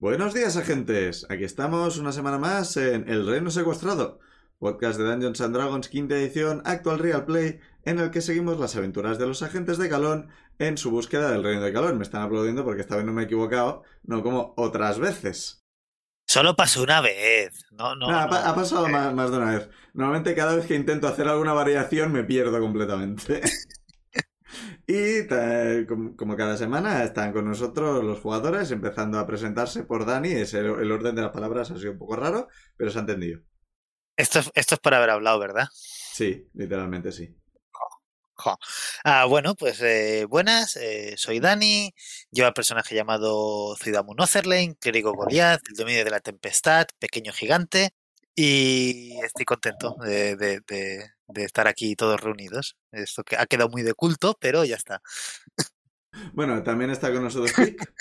Buenos días, agentes. Aquí estamos una semana más en El Reino Secuestrado, podcast de Dungeons and Dragons quinta edición Actual Real Play, en el que seguimos las aventuras de los agentes de Calón en su búsqueda del Reino de Calón. Me están aplaudiendo porque esta vez no me he equivocado, no como otras veces. Solo pasó una vez. No, no. Ah, Nah, ha, no. eh, pa- ha pasado más, más de una vez. Normalmente cada vez que intento hacer alguna variación me pierdo completamente. y ta- com- como cada semana están con nosotros los jugadores empezando a presentarse por Dani. Es el, el orden de las palabras ha sido un poco raro, pero se ha entendido. Esto, es- esto es por haber hablado, ¿verdad? Sí, literalmente sí. Jo. Ah, bueno, pues eh, buenas, eh, soy Dani, yo al personaje llamado Ciudadmon Otherlane, clérigo Goliath, el dominio de la tempestad, pequeño gigante, y estoy contento de, de- de- de estar aquí todos reunidos. Esto que ha quedado muy de culto, pero ya está. Bueno, también está con nosotros Pic.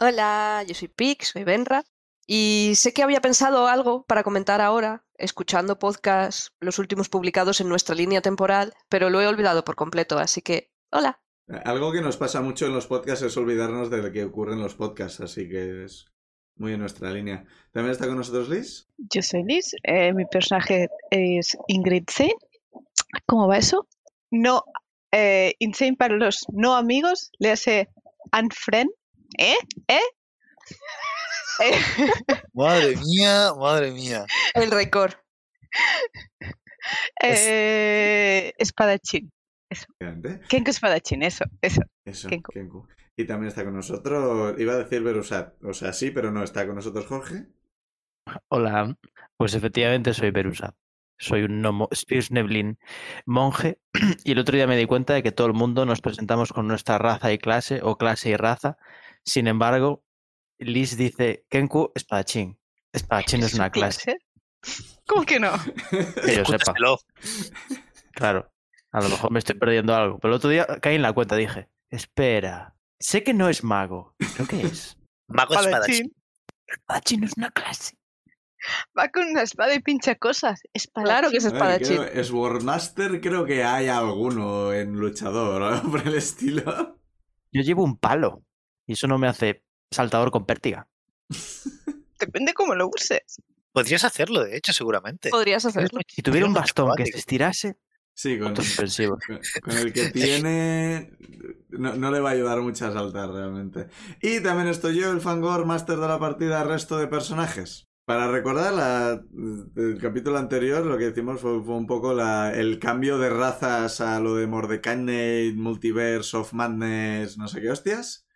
Hola, yo soy Pix, soy Benra y sé que había pensado algo para comentar ahora, escuchando podcasts, los últimos publicados en nuestra línea temporal, pero lo he olvidado por completo, así que hola. Algo que nos pasa mucho en los podcasts es olvidarnos de lo que ocurre en los podcasts, así que es muy en nuestra línea. También está con nosotros Liz. Yo soy Liz, eh, mi personaje es Ingrid Zane. ¿Cómo va eso? No, eh, Insane para los no amigos le hace unfriend. ¿Eh? ¿Eh? Eh, Madre mía, madre mía. El récord. Es- eh, espadachín. Adelante. Kenko espadachín, eso, eso. Eso, Kenku. Kenku. Y también está con nosotros, iba a decir Berusat, o sea, sí, pero no, está con nosotros Jorge. Hola, pues efectivamente soy Berusa. Soy un gnomo, Spears Neblin, monje, y el otro día me di cuenta de que todo el mundo nos presentamos con nuestra raza y clase, o clase y raza. Sin embargo, Liz dice, Kenku, espadachín. Espadachín no es una clase, ¿Cómo que no? que yo sepa, Escúchaselo. claro. A lo mejor me estoy perdiendo algo, pero el otro día caí en la cuenta, dije, espera, sé que no es mago, ¿pero qué es? Mago espadachín. Espadachín. Espadachín no es una clase. Va con una espada y pincha cosas. Espadachín. Claro que es espadachín. Ay, creo- Swordmaster creo que hay alguno en luchador o algo por el estilo. Yo llevo un palo, y eso no me hace saltador con pértiga. Depende cómo lo uses. Podrías hacerlo, de hecho, seguramente. Podrías hacerlo. Si tuviera un mucho bastón que acrobático. se estirase, Sí, con, puntos suspensivos. con- con el que tiene no, no le va a ayudar mucho a saltar realmente. Y también estoy yo, el Fangor, máster de la partida, resto de personajes. Para recordar la- el capítulo anterior, lo que hicimos fue, fue un poco la- el cambio de razas a lo de Mordecai, Multiverse of Madness, no sé qué hostias.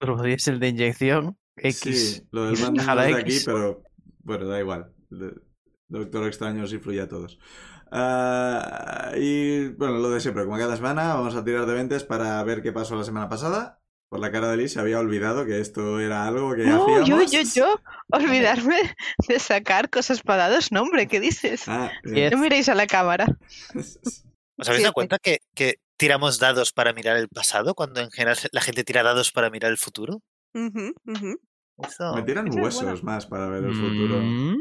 Pero es el de inyección X. Sí, lo del Es mando jala es de aquí, X. pero bueno, da igual. El Doctor Extraño os influye a todos. Ah, y bueno, lo de siempre, como cada semana, vamos a tirar de ventes para ver qué pasó la semana pasada. Por la cara de Liz se había olvidado que esto era algo que No, hacíamos. yo, yo, yo. Olvidarme de sacar cosas para dados. No, hombre, ¿qué dices? Ah, Diez. No miréis a la cámara. ¿Os habéis Sí, dado sí. cuenta que, que tiramos dados para mirar el pasado cuando en general la gente tira dados para mirar el futuro? Ujú, ujú. Eso- me tiran Esa es huesos buena. más para ver el futuro. Mm,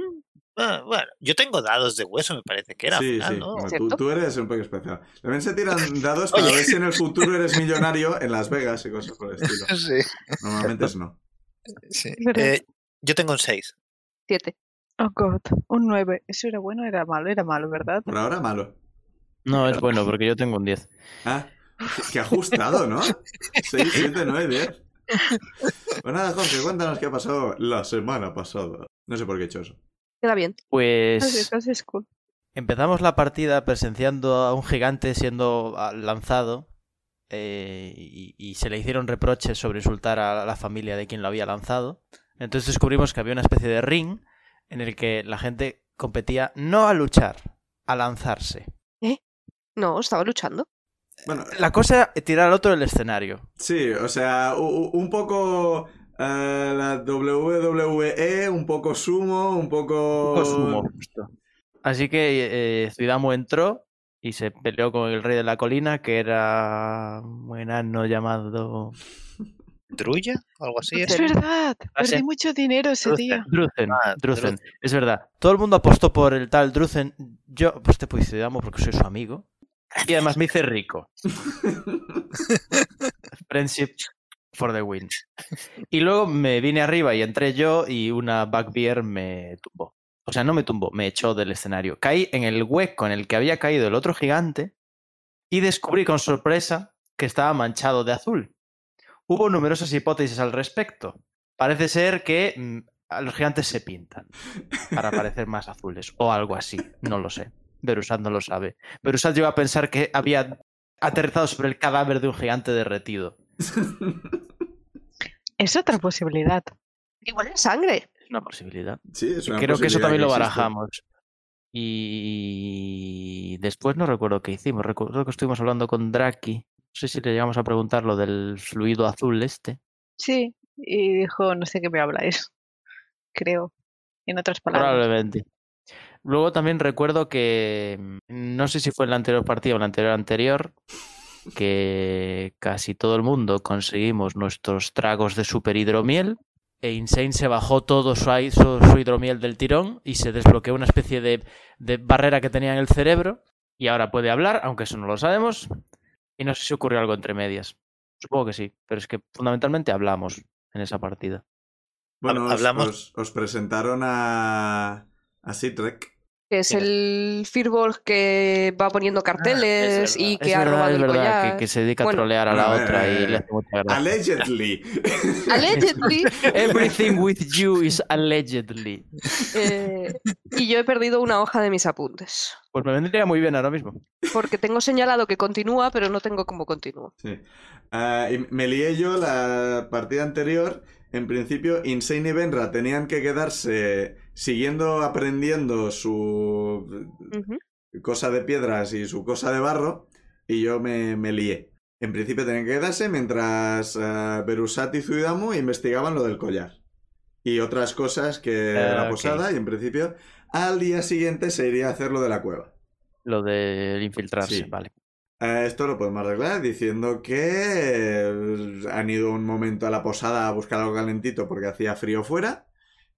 Ah, bueno, yo tengo dados de hueso, me parece que era. al sí, final, sí. ¿no? Bueno, tú, ¿Cierto? tú eres un poco especial. También se tiran dados para Oye. ver si en el futuro eres millonario en Las Vegas y cosas por el estilo. Sí, Normalmente es no. sí. verdad. Eh, yo tengo un 6. Siete. Oh, God. Un 9. Eso era bueno, era malo, era malo, ¿verdad? Por ahora malo. No, es bueno porque yo tengo un 10. Ah, qué- qué ajustado, ¿no? 6, 7, 9, 10. Pues nada, Jorge, cuéntanos qué pasó la semana pasada. No sé por qué he hecho eso. Queda bien. Así Pues es, así es cool. empezamos la partida presenciando a un gigante siendo ah, lanzado eh, y, y se le hicieron reproches sobre insultar a la familia de quien lo había lanzado. Entonces descubrimos que había una especie de ring en el que la gente competía no a luchar, a lanzarse. No, estaba luchando. Bueno, La cosa era tirar al otro del escenario. sí, o sea, u- u- un poco eh, la WWE, un poco sumo, Pues un poco... Así que eh, Zuidamo entró y se peleó con el rey de la colina, que era un enano llamado ¿Druya? ¿O algo así? Es verdad. Perdí Gracias. mucho dinero ese día. Druzen. Ah, Druzen. Druzen. Es verdad. Todo el mundo apostó por el tal Druzen. Yo pues te puse Zuidamo porque soy su amigo. Y además me hice rico. Friendship for the win. Y luego me vine arriba y entré yo y una backbeer me tumbó. O sea, no me tumbó, me echó del escenario. Caí en el hueco en el que había caído el otro gigante y descubrí con sorpresa que estaba manchado de azul. Hubo numerosas hipótesis al respecto. Parece ser que mm, a los gigantes se pintan para parecer más azules o algo así, no lo sé. Berusat no lo sabe. Berusat llegó a pensar que había aterrizado sobre el cadáver de un gigante derretido. Es otra posibilidad. Igual es sangre. Es una posibilidad. Sí, es una Creo que eso posibilidad también lo existe. barajamos. Y después no recuerdo qué hicimos. Recuerdo que estuvimos hablando con Draki. No sé si le llegamos a preguntar lo del fluido azul este. Sí, y dijo, no sé qué me habláis. Creo. En otras palabras. Probablemente. Luego también recuerdo que, mm, no sé si fue en la anterior partida o en la anterior anterior, que casi todo el mundo conseguimos nuestros tragos de super hidromiel e Insane se bajó todo su, ai- su- su hidromiel del tirón y se desbloqueó una especie de, de barrera que tenía en el cerebro y ahora puede hablar, aunque eso no lo sabemos, y no sé si ocurrió algo entre medias. Supongo que sí, pero es que fundamentalmente hablamos en esa partida. Bueno, os, Hablamos- os- os presentaron a, a Citrek. Que es ¿Quién es? el Firbolg que va poniendo carteles y que es ha Ah, verdad, robado es el verdad, que- que, collar. se dedica Bueno. a trolear a la A ver, otra y le eh, hace mucha gracia. Allegedly. Allegedly. Everything with you is allegedly. eh, y yo he perdido una hoja de mis apuntes. Pues me vendría muy bien ahora mismo. Porque tengo señalado que continúa, pero no tengo cómo continúa. Sí. Ah, y me lié yo la partida anterior. En principio, Insane y Benra tenían que quedarse siguiendo aprendiendo su Ujú. cosa de piedras y su cosa de barro, y yo me, me lié. En principio tenían que quedarse mientras eh, Berusat y Zuidamu investigaban lo del collar y otras cosas que de Ah, la ok. posada, y en principio al día siguiente se iría a hacer lo de la cueva. Lo del infiltrarse, Sí. vale. Eh, esto lo podemos arreglar diciendo que eh, han ido un momento a la posada a buscar algo calentito porque hacía frío fuera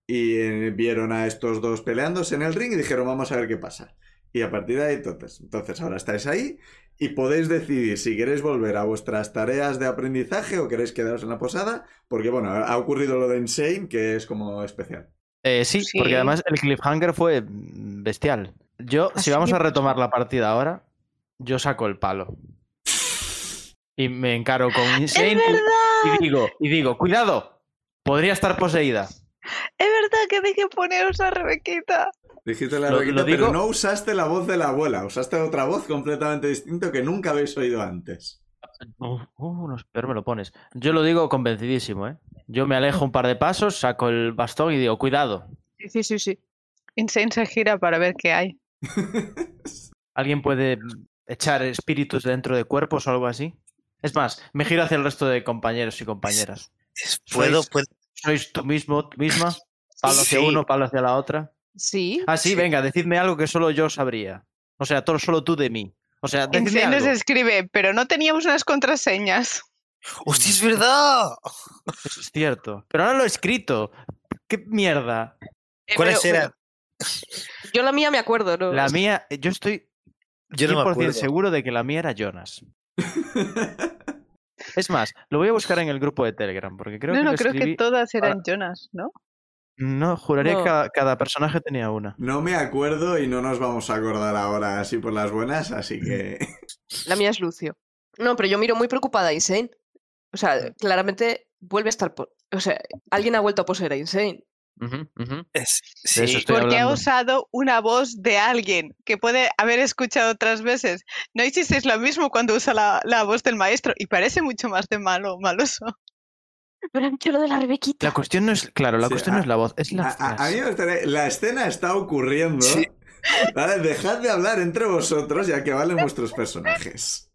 y eh, vieron a estos dos peleándose en el ring y dijeron vamos a ver qué pasa. Y a partir de ahí entonces, entonces ahora estáis ahí y podéis decidir si queréis volver a vuestras tareas de aprendizaje o queréis quedaros en la posada porque bueno, ha ocurrido lo de Insane que es como especial. Eh, sí, porque Sí. además el cliffhanger fue mm, bestial. Yo, si Así vamos a mismo. retomar la partida ahora, yo saco el palo. Y me encaro con ¡Es Insane y- verdad! y digo, y digo, cuidado, podría estar poseída. Es verdad que dije poneros a Rebequita. Dijiste la Lo- Rebequita, lo digo- pero no usaste la voz de la abuela, usaste otra voz completamente distinta que nunca habéis oído antes. Uh, uh, no, peor me lo pones. Yo lo digo convencidísimo, ¿eh? Yo me alejo un par de pasos, saco el bastón y digo, cuidado, Sí, sí, sí, sí. Insane se gira para ver qué hay. ¿Alguien puede echar espíritus dentro de cuerpos o algo así? Es más, me giro hacia el resto de compañeros y compañeras. Es- Puedo, Sois- puedo. ¿Sois tú mismo, tú misma? Palo hacia Sí. uno, palo hacia la otra. Sí. Ah, sí, venga, decidme algo que solo yo sabría. O sea, todo, solo tú de mí. O sea, decidme Insane nos algo. escribe, pero no teníamos unas contraseñas. ¡Hostia, es verdad! Oh, Eso es cierto. Pero ahora lo he escrito. ¿Qué mierda? Eh, ¿Cuáles pero- eran? pero Yo la mía me acuerdo, ¿no? La mía, eh, yo estoy Yo no me 100% acuerdo. seguro de que la mía era Jonas. Es más, lo voy a buscar en el grupo de Telegram, porque creo no, que no, lo creo escribí- Ah, que todas eran Jonas, ¿no? No, juraría No. que cada- cada personaje tenía una. No me acuerdo y no nos vamos a acordar ahora así por las buenas, así que... La mía es Lucio. No, pero yo miro muy preocupada a Insane. O sea, claramente vuelve a estar. po- O sea, alguien ha vuelto a poseer a Insane. Ujú, ujú. Es- De eso sí, estoy Porque ha hablando. usado una voz de alguien que puede haber escuchado otras veces. No hicisteis lo mismo cuando usa la, la voz del maestro y parece mucho más de malo, maloso. Pero han hecho lo de la Rebequita. La cuestión no es, claro, la Sí, cuestión a- no es la voz, es la A, a- a mí frase. me gustaría- La escena está ocurriendo. Sí. ¿vale? Dejad de hablar entre vosotros ya que valen vuestros personajes.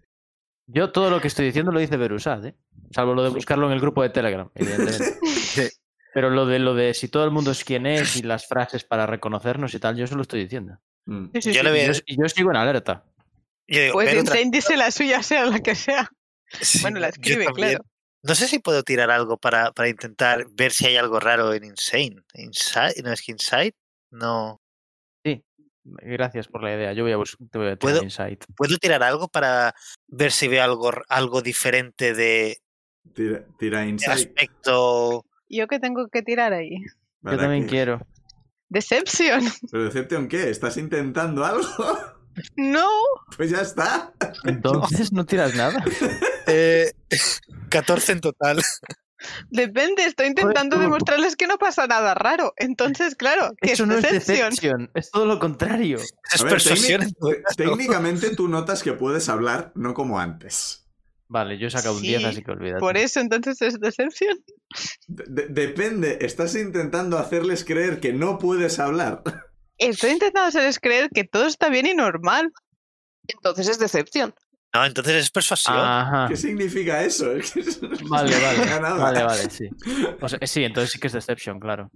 Yo todo lo que estoy diciendo lo dice Berusad, ¿eh? Salvo lo de buscarlo en el grupo de Telegram, evidentemente. Pero lo de lo de si todo el mundo es quien es y las frases para reconocernos y tal, yo eso lo estoy diciendo. Mm. Sí, sí, Yo sí. le Y veo. yo, y yo sigo en alerta. yo digo, Pues ver otra- Insane dice la suya, sea la que sea. sí, bueno, la yo escribe, también. claro. No sé si puedo tirar algo para, para intentar ver si hay algo raro en Insane. Inside, no es que Inside. No. Gracias por la idea. Yo voy a buscar te voy a tirar ¿Puedo? insight. ¿Puedo tirar algo para ver si veo algo, r- algo diferente de, Tira, tira El insight. aspecto. ¿Yo qué tengo que tirar ahí? Yo ¿Para también qué? quiero. Decepción. ¿Pero Deception qué? ¿Estás intentando algo? No. Pues ya está. Entonces no tiras nada. eh, 14 en total. Depende, estoy intentando tú. demostrarles que no pasa nada raro. Entonces, claro, que Eso es no es decepción. decepción, es todo lo contrario. Es A ver, persuasión técnic- en todo caso. Técnicamente tú notas que puedes hablar, no como antes. Vale, yo he sacado un 10, Sí, así que olvídate. Por eso, entonces es decepción. De- de- depende, estás intentando hacerles creer que no puedes hablar. Estoy intentando hacerles creer que todo está bien y normal. Entonces es decepción. No, entonces es persuasión. Ah. Ajá. ¿Qué significa eso? Es que eso no Ah. Vale, significa vale. nada. Vale, vale, sí. O sea, sí, entonces sí que es deception, claro.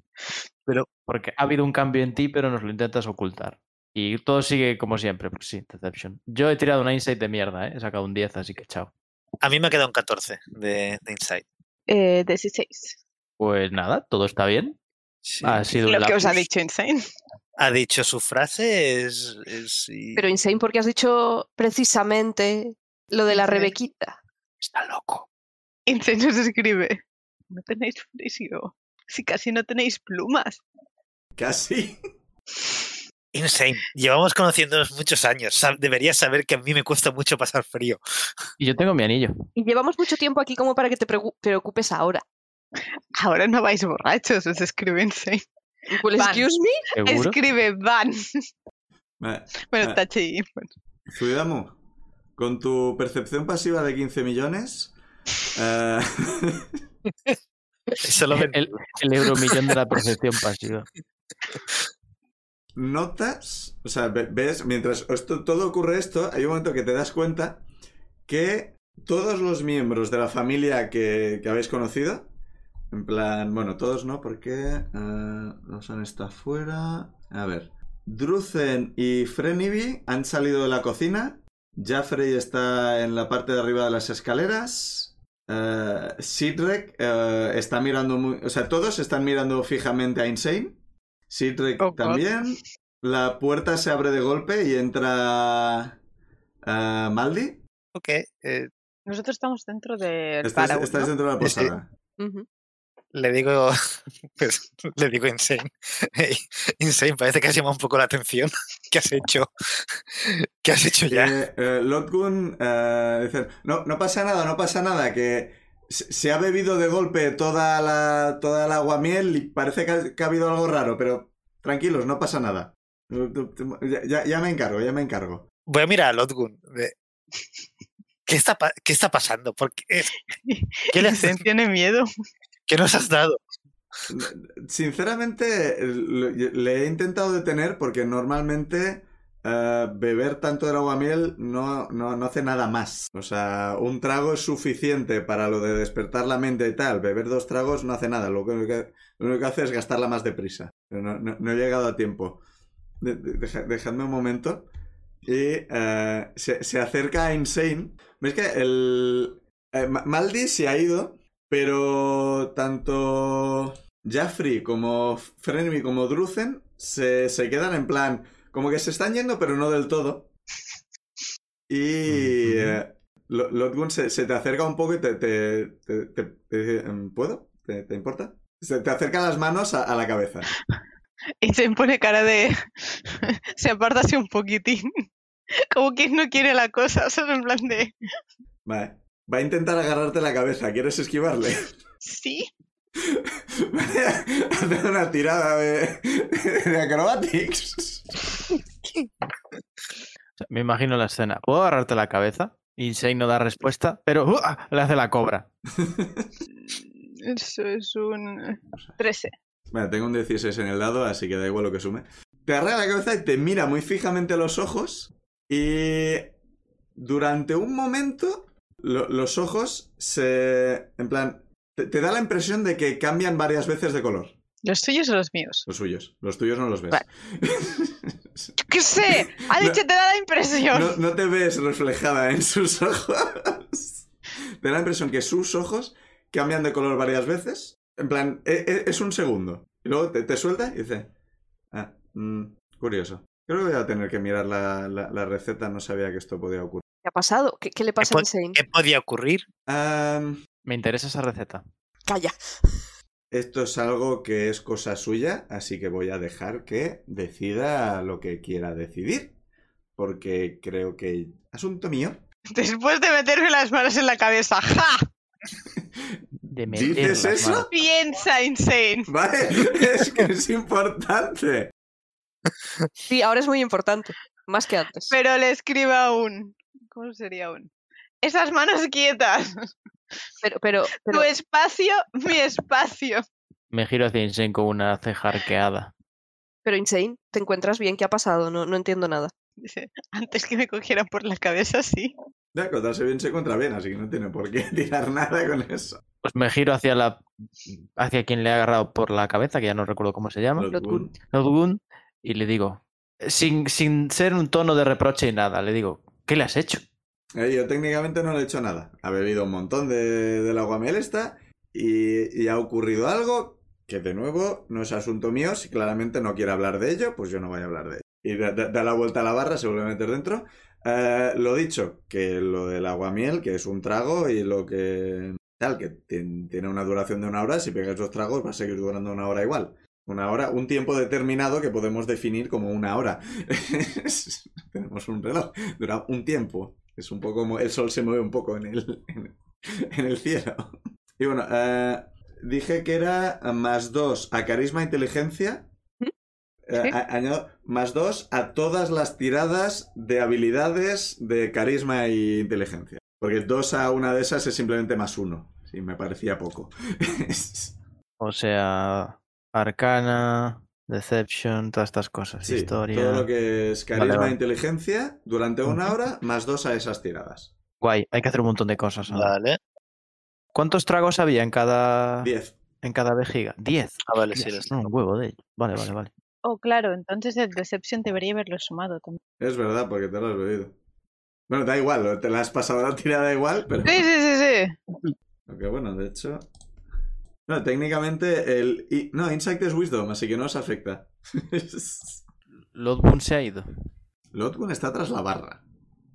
Pero- Porque ha habido un cambio en ti, pero nos lo intentas ocultar. Y todo sigue como siempre, pues sí, deception. Yo he tirado una insight de mierda, ¿eh? he sacado un 10, así que chao. A mí me ha quedado un 14 de, de Insight. Eh, 16. Pues nada, todo está bien. Sí. Ah, Ha sido un Lo que os ha lapsus. dicho Insane. Ha dicho su frase, es. es- y- Pero Insane, porque has dicho precisamente lo de la Insane. Rebequita. Está loco. Insane nos escribe. No tenéis frío. Si casi no tenéis plumas. Casi. Insane. Llevamos conociéndonos muchos años. Sab- Deberías saber que a mí me cuesta mucho pasar frío. Y yo tengo mi anillo. Y llevamos mucho tiempo aquí como para que te pregu- preocupes ahora. Ahora no vais borrachos, os escribe Insane. Well, Van. excuse me. Seguro. Escribe van. Vale, Bueno, Ah. tache y- bueno. Zuidamu, con tu percepción pasiva de 15 millones. eh, Solo me- El, el euromillón de la percepción pasiva. notas, o sea, ve- ves, mientras esto- todo ocurre esto, hay un momento que te das cuenta que todos los miembros de la familia que, que habéis conocido, en plan, bueno, todos no, porque Lawson está fuera. A ver, Druzen y Freniby han salido de la cocina, Jaffrey está en la parte de arriba de las escaleras. eh, Sidrek eh, está mirando muy. O sea, todos están mirando fijamente a Insane. Sidrek Oh, God. también. La puerta se abre de golpe y entra. eh, Maldi. Ok, eh, Nosotros estamos dentro del Estás, Paragon, estás ¿no? dentro de la Sí, sí. posada. Ujú. le digo. pues, le digo Insane. Ey, Insane, parece que has llamado un poco la atención. ¿Qué has hecho? ¿Qué has hecho ya? Eh, eh, Lotgun eh, dice, no, no pasa nada, no pasa nada, que se, se ha bebido de golpe toda la, toda el aguamiel y parece que ha, que ha habido algo raro, pero tranquilos, no pasa nada. Ya, ya- ya me encargo, ya me encargo. Voy a mirar a Lotgun. de- ¿Qué, está pa- ¿Qué está pasando? ¿Por qué, ¿Qué le has Insane tiene miedo. ¿Qué nos has dado? Sinceramente, le le he intentado detener porque normalmente eh, beber tanto del aguamiel no, no, no hace nada más. O sea, un trago es suficiente para lo de despertar la mente y tal. Beber dos tragos no hace nada. Lo que- lo que, lo único que hace es gastarla más deprisa. Pero no, no- no he llegado a tiempo. De- de- deja- dejadme un momento. Y eh, se, se acerca a Insane. ¿Veis que el. eh, Ma- Maldi se ha ido, pero tanto Jaffrey como Frenemy como Druzen se, se quedan en plan. Como que se están yendo, pero no del todo. Y. eh, Lo- Lotgun se, se te acerca un poco y te. te, te- te- te dice, em, ¿Puedo? ¿Te, te importa? Se te acerca las manos a, a la cabeza. Insane pone cara de. Se aparta así un poquitín. Como quien no quiere la cosa, solo en plan de. Vale. Va a intentar agarrarte la cabeza. ¿Quieres esquivarle? Sí. Vale, Hacer una tirada de, de acrobatics. O sea, me imagino la escena. Puedo agarrarte la cabeza. Insane no da respuesta, pero ¡uah! le hace la cobra. Eso es un. 13. Vale, tengo un 16 en el dado, así que da igual lo que sume. Te arregla la cabeza y te mira muy fijamente a los ojos. Y durante un momento, lo- los ojos se. En plan, te, te da la impresión de que cambian varias veces de color. ¿Los tuyos o los míos? Los suyos. Los tuyos no los ves. Vale. Yo ¿Qué sé? Ha No. dicho, te da la impresión. No, no te ves reflejada en sus ojos. Te da la impresión que sus ojos cambian de color varias veces. En plan, e- e- es un segundo. Y luego te, te suelta y dice... Ah, mm, curioso. Creo que voy a tener que mirar la, la- la receta, no sabía que esto podía ocurrir. ¿Qué ha pasado? ¿Qué, qué le pasa a pon- Insane? ¿Qué podía ocurrir? Am, Me interesa esa receta. Calla. Esto es algo que es cosa suya, así que voy a dejar que decida lo que quiera decidir, porque creo que asunto mío. Después de meterme las manos en la cabeza, ¡ja! De ¿Dices meter las eso? manos. Piensa, Insane. Vale, es que es importante. Sí, ahora es muy importante. Más que antes. Pero le escriba un. ¿Cómo sería un? Esas manos quietas. Pero, pero, pero- Tu espacio, mi espacio. Me giro hacia Insane con una ceja arqueada. pero, Insane, ¿te encuentras bien? ¿Qué ha pasado? No, no entiendo nada. Dice, antes que me cogieran por la cabeza, sí. Ya, contarse bien se contra bien, así que no tiene por qué tirar nada con eso. Pues me giro hacia la hacia quien le ha agarrado por la cabeza, que ya no recuerdo cómo se llama, Lotgun. Nodgun, y le digo, sin, sin ser un tono de reproche y nada, le digo, ¿qué le has hecho? Eh, yo técnicamente no le he hecho nada. Ha bebido un montón de, del agua miel esta y, y ha ocurrido algo que de nuevo no es asunto mío. Si claramente no quiere hablar de ello, pues yo no voy a hablar de ello. Y da, da- da la vuelta a la barra, se vuelve a meter dentro. Eh, lo dicho, que lo del aguamiel, que es un trago y lo que tal, que tien- tiene una duración de una hora, si pegas dos tragos va a seguir durando una hora igual. Una hora, un tiempo determinado que podemos definir como una hora. Tenemos un reloj, dura un tiempo. Es un poco como el sol se mueve un poco en el, en, en el cielo. Y bueno, eh, dije que era más dos a carisma e inteligencia. ¿Mm? Eh, Sí. a- añado más dos a todas las tiradas de habilidades de carisma e inteligencia. Porque dos a una de esas es simplemente más uno. Sí, me parecía poco. O sea, Arcana, Deception, todas estas cosas, Sí, Pues historia. todo lo que es carisma vale. e inteligencia durante una hora, más dos a esas tiradas. Guay, hay que hacer un montón de Pues cosas. ahora. Vale. ¿Cuántos tragos había en cada, Diez. en cada vejiga? Diez. Ah, vale, sí, Hostias, los- no, un huevo de ello. Vale, vale, vale. Oh, claro, entonces el Deception debería haberlo sumado también. Es verdad, porque te lo has bebido. Bueno, da igual, te la has pasado la tirada igual, pero... Sí, sí, sí, sí. Aunque bueno, de hecho... No, técnicamente el... i- No, Insight es Wisdom, así que no os afecta. Lodbun se ha ido. Lotgun está tras la barra.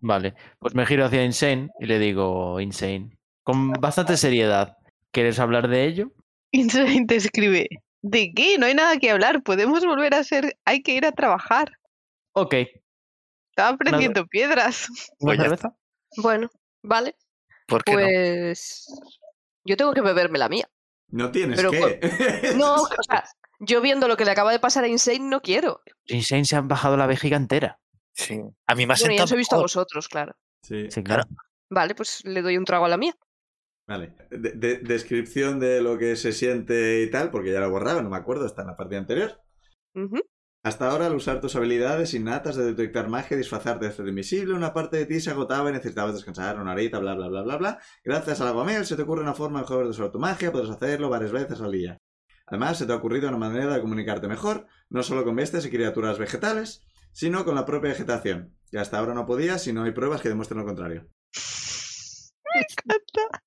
Vale, pues me giro hacia Insane y le digo, Insane, con bastante seriedad, ¿quieres hablar de ello? Insane te escribe. ¿De qué? No hay nada que hablar. Podemos volver a ser. Hay que ir a trabajar. Ok. Estaba aprendiendo piedras. ¿Una Pues ya cerveza? Bueno, vale. ¿Por qué no? Pues yo tengo que beberme la mía. No tienes Pero que... No, o sea, yo viendo lo que le acaba de pasar a Insane no quiero. Insane se han bajado la vejiga entera. Sí. A mí me ha Bueno, ya sentado os he visto a mejor. vosotros, claro. Sí. Sí, claro. Vale, pues le doy un trago a la mía. Vale. De- de- descripción de lo que se siente y tal, porque ya lo borraba, no me acuerdo, está en la partida anterior. Ujú. Hasta ahora, al usar tus habilidades innatas de detectar magia, disfrazarte de ser invisible, una parte de ti se agotaba y necesitabas descansar una horita, bla, bla, bla, bla, bla. Gracias al aguamel se te ocurre una forma mejor de usar tu magia, podrás hacerlo varias veces al día. Además, se te ha ocurrido una manera de comunicarte mejor, no solo con bestias y criaturas vegetales, sino con la propia vegetación, que hasta ahora no podías y no hay pruebas que demuestren lo contrario. Me encanta.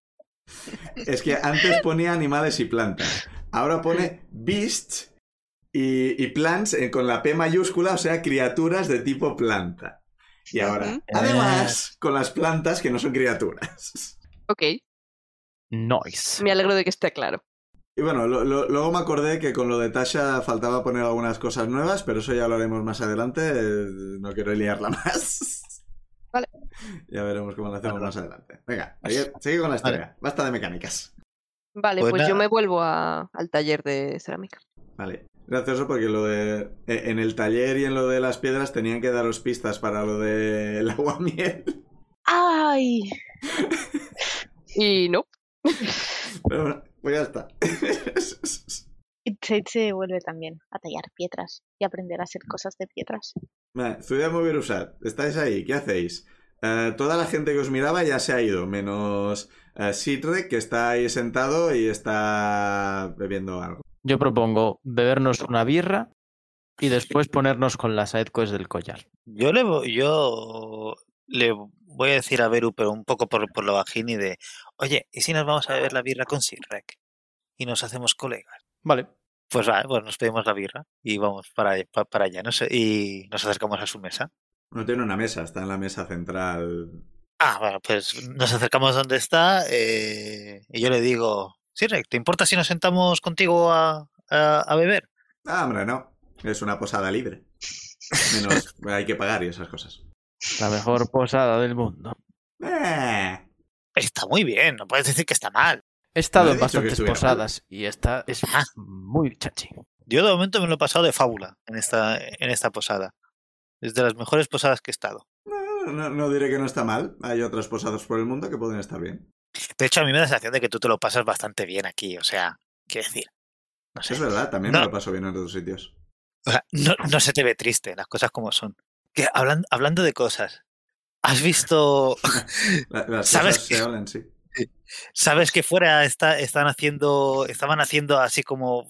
Es que antes ponía animales y plantas, ahora pone beasts y, y plants eh, con la P mayúscula, o sea, criaturas de tipo planta. Y ahora, Ujú. además, con las plantas que no son criaturas. Ok, Nice. me alegro de que esté claro. Y bueno, lo- lo- luego me acordé que con lo de Tasha faltaba poner algunas cosas nuevas, pero eso ya lo haremos más adelante. eh, No quiero liarla más. Vale. Ya veremos cómo lo hacemos Vale. más adelante. Venga, sigue, sigue con la historia. Basta de mecánicas. Vale, Pues pues yo nada. me vuelvo a- al taller de cerámica. Vale. Gracioso porque lo de. e- En el taller y en lo de las piedras tenían que daros pistas para lo del agua miel. ¡Ay! Y no, Pero bueno, pues ya está. Insane se vuelve también a tallar piedras y aprender a hacer cosas de piedras. Vale, Ciudad Moverusat, estáis ahí, ¿qué hacéis? Eh, toda la gente que os miraba ya se ha ido, menos eh, Sitre, que está ahí sentado y está bebiendo algo. Yo propongo bebernos una birra y después ponernos con las sidequests del collar. Yo le, vo- yo le voy a decir a Beru, pero un poco por, por lo bajini de, oye, ¿y si nos vamos a beber la birra con Sirrek? Y nos hacemos colegas. Vale. Pues va, pues nos pedimos la birra y vamos para, ahí- pa- para allá, no sé, y nos acercamos a su mesa. No tiene una mesa, está en la mesa central Ah, bueno, pues nos acercamos donde está eh, y yo le digo, Sirek, ¿te importa si nos sentamos contigo a, a- a beber? Ah, hombre, no. Es una posada libre. Menos hay que pagar y esas cosas. La mejor posada del mundo. Eh, Está muy bien, no puedes decir que está mal. He estado he en dicho que bastantes estuviera. posadas y esta es Ah. muy chachi. Yo de momento me lo he pasado de fábula en esta, en esta posada. Es de las mejores posadas que he estado. no, no- no diré que no está mal. Hay otras posadas por el mundo que pueden estar bien. De hecho, a mí me da la sensación de que tú te lo pasas bastante bien aquí. O sea, quiero decir, no sé, Es verdad, también No. me lo paso bien en otros sitios. o sea, no, no se te ve triste, las cosas como son. Que hablan- hablando de cosas, ¿has visto La- las ¿Sabes cosas qué? se hablan, sí. ¿Sabes que fuera está, están haciendo, estaban haciendo así como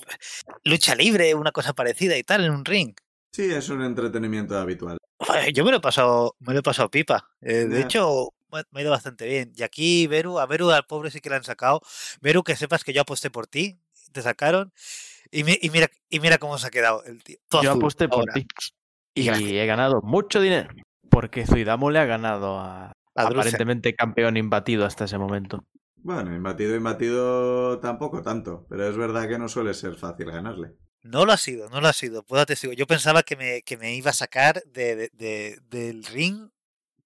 lucha libre, una cosa parecida y tal, en un ring? Sí, es un entretenimiento habitual. Joder, Yo me lo he pasado, me lo he pasado pipa. Eh, de Ya. hecho, me me ha ido bastante bien. Y aquí, Veru, a Veru al pobre sí que le han sacado. Veru, que sepas que yo aposté por ti, te sacaron. Y, mi- y mira, y mira cómo se ha quedado el tío. todo Yo azul aposté por ahora. ti Y y, gracias. he ganado mucho dinero. Porque Zuidamo le ha ganado a A Drusen. aparentemente campeón imbatido hasta ese momento. Bueno, imbatido, imbatido tampoco tanto, pero es verdad que no suele ser fácil ganarle. No lo ha sido, no lo ha sido. Puedo atestiguar. Yo pensaba que me, que me iba a sacar de- de- de- del ring,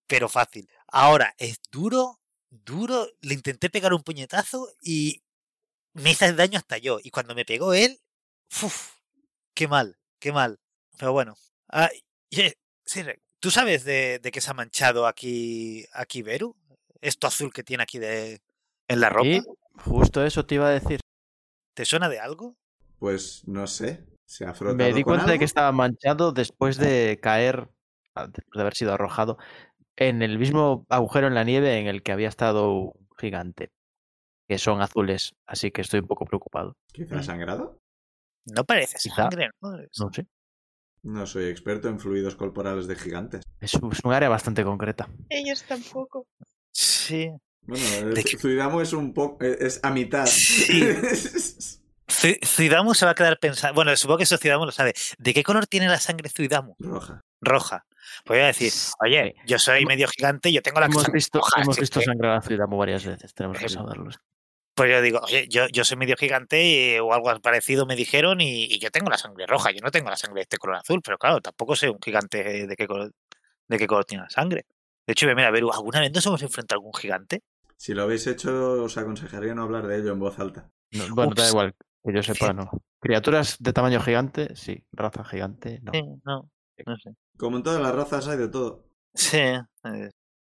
pero fácil. Ahora, es duro, duro. Le intenté pegar un puñetazo y me hice daño hasta yo. Y cuando me pegó él, ¡fuf! ¡Qué mal, qué mal! Pero bueno. Ah, y, eh, Sirre, ¿Tú sabes de, de qué se ha manchado aquí, aquí Beru? Esto azul que tiene aquí de, en la ropa. Y justo eso te iba a decir. ¿Te suena de algo? Pues no sé, se ha frotado Me di con cuenta de algo? que estaba manchado después de caer, ah, después de haber sido arrojado, en el mismo agujero en la nieve en el que había estado un gigante, que son azules, así que estoy un poco preocupado. ¿Quizá ha sangrado? No parece Quizá. sangre, ¿no? Es- No sé. No soy experto en fluidos corporales de gigantes. Es un, es un área bastante concreta. Ellos tampoco. Sí. Bueno, De el que- Zuidamo es un poco... es a mitad. Sí. Zui- Zuidamu se va a quedar pensando. Bueno, supongo que eso Zuidamu lo sabe. ¿De qué color tiene la sangre Zuidamu? Roja. Roja. Pues voy a decir, oye, yo soy medio gigante, yo tengo la eh, Hemos sangre visto, roja, hemos así visto que- sangrar a Zuidamu varias veces, tenemos que Em, saberlo. Pues yo digo, oye, yo, yo soy medio gigante eh, o algo parecido me dijeron y, y yo tengo la sangre roja, yo no tengo la sangre de este color azul, pero claro, tampoco sé un gigante eh, de qué color, de qué color tiene la sangre. De hecho, mira, a ver, ¿alguna vez nos hemos enfrentado a algún gigante? Si lo habéis hecho, os aconsejaría no hablar de ello en voz alta. No, bueno, da ups. igual, que yo sepa, no. Criaturas de tamaño gigante, sí. Raza gigante, no. Sí, no, no sé. Como en todas las razas hay de todo. Sí, eh,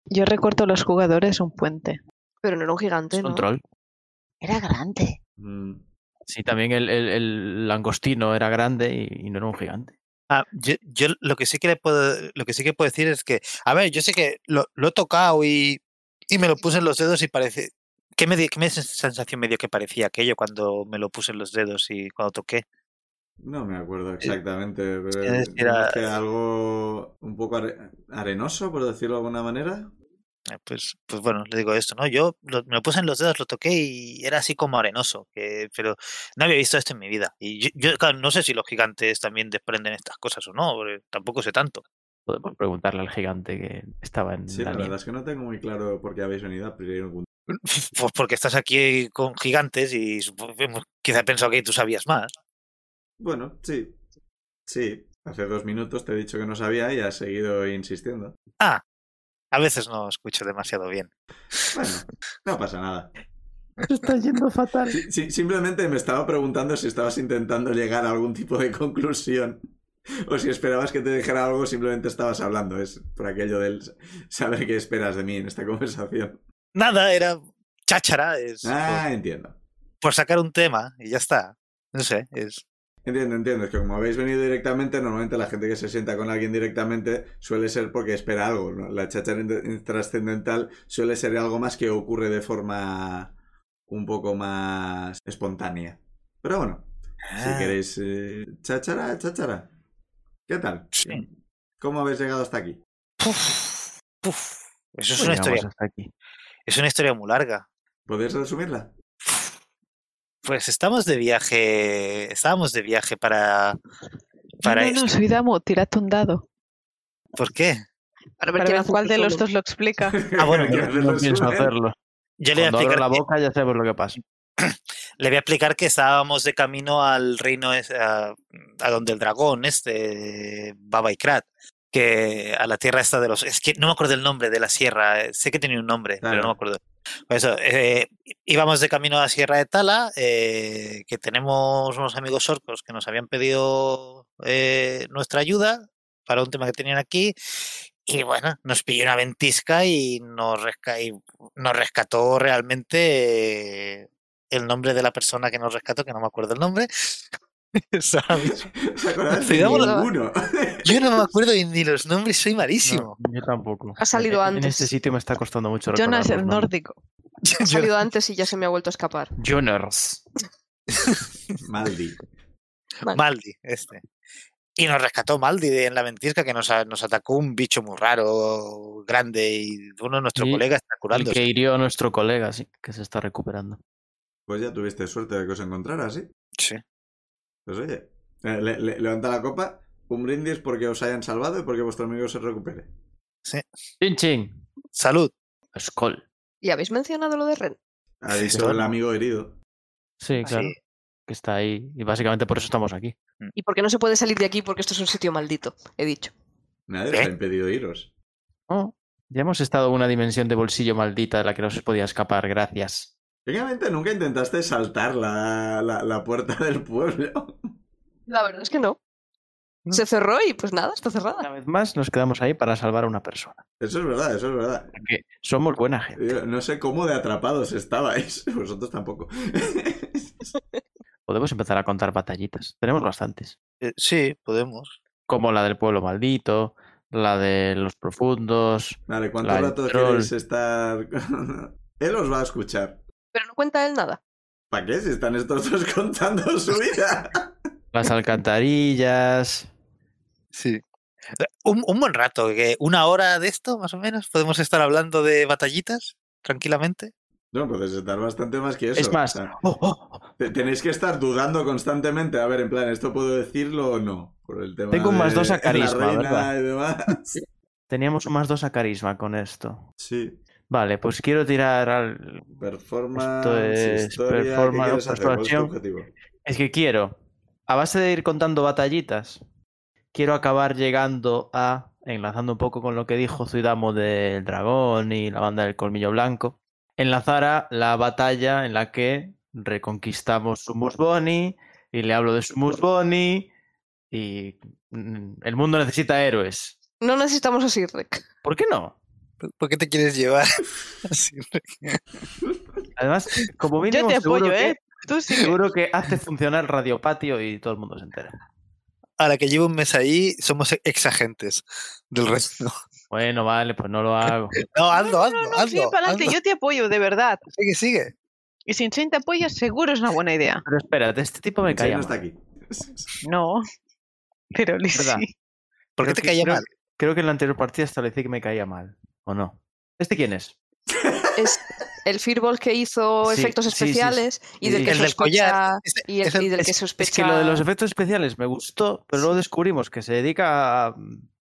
Yo recuerdo a los jugadores un puente. Pero no era un gigante, Es un ¿no? troll. Era grande. Mm, Sí, también el, el- el langostino era grande y, y no era un gigante. Ah, yo, yo lo que sí que le puedo, lo que sí que puedo decir es que, a ver, yo sé que lo, lo he tocado y, y me lo puse en los dedos y parece. ¿Qué me, di- qué me esa sensación medio que parecía aquello cuando me lo puse en los dedos y cuando toqué? No me acuerdo exactamente, pero Eh, es que digamos era- que algo un poco are- arenoso, por decirlo de alguna manera. Eh, Pues, pues bueno, le digo esto, ¿no? Yo lo- me lo puse en los dedos, lo toqué y era así como arenoso, que, pero no había visto esto en mi vida. Y yo, yo, claro, no sé si los gigantes también desprenden estas cosas o no, porque tampoco sé tanto. Podemos preguntarle al gigante que estaba en Sí, la la verdad nieve. es que no tengo muy claro por qué habéis venido a pedir un Pues porque estás aquí con gigantes y supo- hemos- quizá he pensado que tú sabías más. Bueno, sí. Sí. Hace dos minutos te he dicho que no sabía y has seguido insistiendo. A veces no escucho demasiado bien. Bueno, no pasa nada. está yendo fatal. Sí- sí, simplemente me estaba preguntando si estabas intentando llegar a algún tipo de conclusión. O si esperabas que te dijera algo, simplemente estabas hablando. Es por aquello del s- saber qué esperas de mí en esta conversación. Nada, era cháchara, es por- Ah, entiendo. por, sacar un tema y ya está. No sé, es Entiendo, entiendo. Es que como habéis venido directamente, normalmente la gente que se sienta con alguien directamente suele ser porque espera algo. ¿no? La cháchara in- trascendental suele ser algo más que ocurre de forma un poco más espontánea. Pero bueno, si Ah, queréis eh, cháchara, cháchara. ¿Qué tal? Sí. ¿Cómo habéis llegado hasta aquí? puf, puf. Eso es Pues una llegamos historia, hasta aquí. es una historia muy larga. ¿Podéis resumirla? Pues estamos de viaje, estábamos de viaje para para no, no, esto. soy Damo, tirad un dado. ¿Por qué? Para ver Para quién ver hace cuál el de los solo. dos lo explica. Ah, bueno, ¿Qué Yo haces no el pienso resumen? hacerlo. Yo le voy a Cuando abro explicar la que- boca ya sabemos lo que pasa. Le voy a explicar que estábamos de camino al reino es- a, a donde el dragón, este, Baba Ikrat, que a la tierra esta de los... Es que no me acuerdo el nombre de la sierra, eh, sé que tenía un nombre, pero Claro. no me acuerdo. Por eso, eh, íbamos de camino a la sierra de Tala, eh, que tenemos unos amigos orcos que nos habían pedido eh, nuestra ayuda para un tema que tenían aquí, y bueno, nos pilló una ventisca y nos, resca- y nos rescató realmente... eh, el nombre de la persona que nos rescató, que no me acuerdo el nombre. Es ahora mismo. ¿Os acordáis de Cuidado con la- ninguno? Yo no me acuerdo ni- ni los nombres, soy No, malísimo. yo tampoco. Ha salido En- En antes. este sitio me está costando mucho recordar. Jonas los el nombres. nórdico. Ha salido antes y ya se me ha vuelto a escapar. Jonas. Maldi. Maldi, este. Y nos rescató Maldi de- en la ventisca que nos, a- nos atacó un bicho muy raro, grande, y uno de nuestros Y colegas está El curándose. que hirió a nuestro colega, sí, que se está recuperando. Pues ya tuviste suerte de que os encontrara, ¿sí? Sí. Pues oye, eh, le- le- levanta la copa, un brindis porque os hayan salvado y porque vuestro amigo se recupere. Chin chin. Salud. Skull. ¿Y habéis mencionado lo de Ren? Ha Sí, dicho claro. el amigo herido. Sí, claro. Sí. Que está ahí. Y básicamente por eso estamos aquí. ¿Y por qué no se puede salir de aquí? Porque esto es un sitio maldito, he dicho. Nadie ¿Eh? os ha impedido iros. Oh, ya hemos estado en una dimensión de bolsillo maldita de la que no se podía escapar, gracias. Técnicamente nunca intentaste saltar la, la- la puerta del pueblo. La verdad es que no. Mm. Se cerró y pues nada, está Una cerrada. vez más nos quedamos ahí para salvar a una persona. Eso es verdad, eso es verdad. Porque somos buena gente. Yo no sé cómo de atrapados estabais. Vosotros tampoco. Podemos empezar a contar batallitas. Tenemos bastantes. Eh, sí, podemos. Como la del pueblo maldito, la de los profundos. Vale, ¿cuánto La- el rato troll. queréis estar? con- Él os va a escuchar. Pero no cuenta él nada. ¿Para qué? Si están estos dos contando su vida. Las alcantarillas. Sí. Eh, Un, un buen rato, que una hora de esto, más o menos, podemos estar hablando de batallitas tranquilamente. No, puedes estar bastante más que eso. Es más, O sea, oh, oh, oh, te- tenéis que estar dudando constantemente. A ver, en plan, ¿esto puedo decirlo o no? Por el tema Tengo un más de dos a la carisma, reina ¿verdad? y demás. teníamos un más dos a carisma con esto. Sí. Vale, pues quiero tirar al. Performance, Esto es historia, ¿qué performance, quieres hacer? ¿Cuál es tu persuasión. objetivo? Es que quiero, a base de ir contando batallitas, quiero acabar llegando a, enlazando un poco con lo que dijo Zuidamo del dragón y la banda del colmillo blanco, enlazar a la batalla en la que reconquistamos Sumus Boni y le hablo de Sumus Boni y mm, el mundo necesita héroes. No necesitamos así, Rick. ¿Por qué no? ¿Por- ¿Por qué te quieres llevar? Así, Además, como Yo mínimo te seguro, apoyo, que, ¿eh? Tú sí. seguro que hace funcionar Radio Patio y todo el mundo se entera. a la que llevo un mes ahí, somos exagentes del resto. Bueno, vale, pues no lo hago. No, hazlo, hazlo, No, no, hazlo. sigue para adelante, hazlo. yo te apoyo, de verdad. Sigue, sigue. Y sin Shane te apoya, seguro es una buena idea. Pero espérate, este tipo me Insane cae no mal. está aquí. No. Pero Liz, ¿Verdad? sí. ¿Por qué Creo te que- caía creo- mal? Creo que en la anterior partida establecí que me caía mal, ¿o no? ¿Este quién es? Es el Fireball que hizo Sí, efectos sí, sí, sí. especiales y del Sí. que El del sospecha. collar. Ese- Y, el- ese- y del que es- es sospecha. que lo de los efectos especiales me gustó, pero luego descubrimos que se dedica a,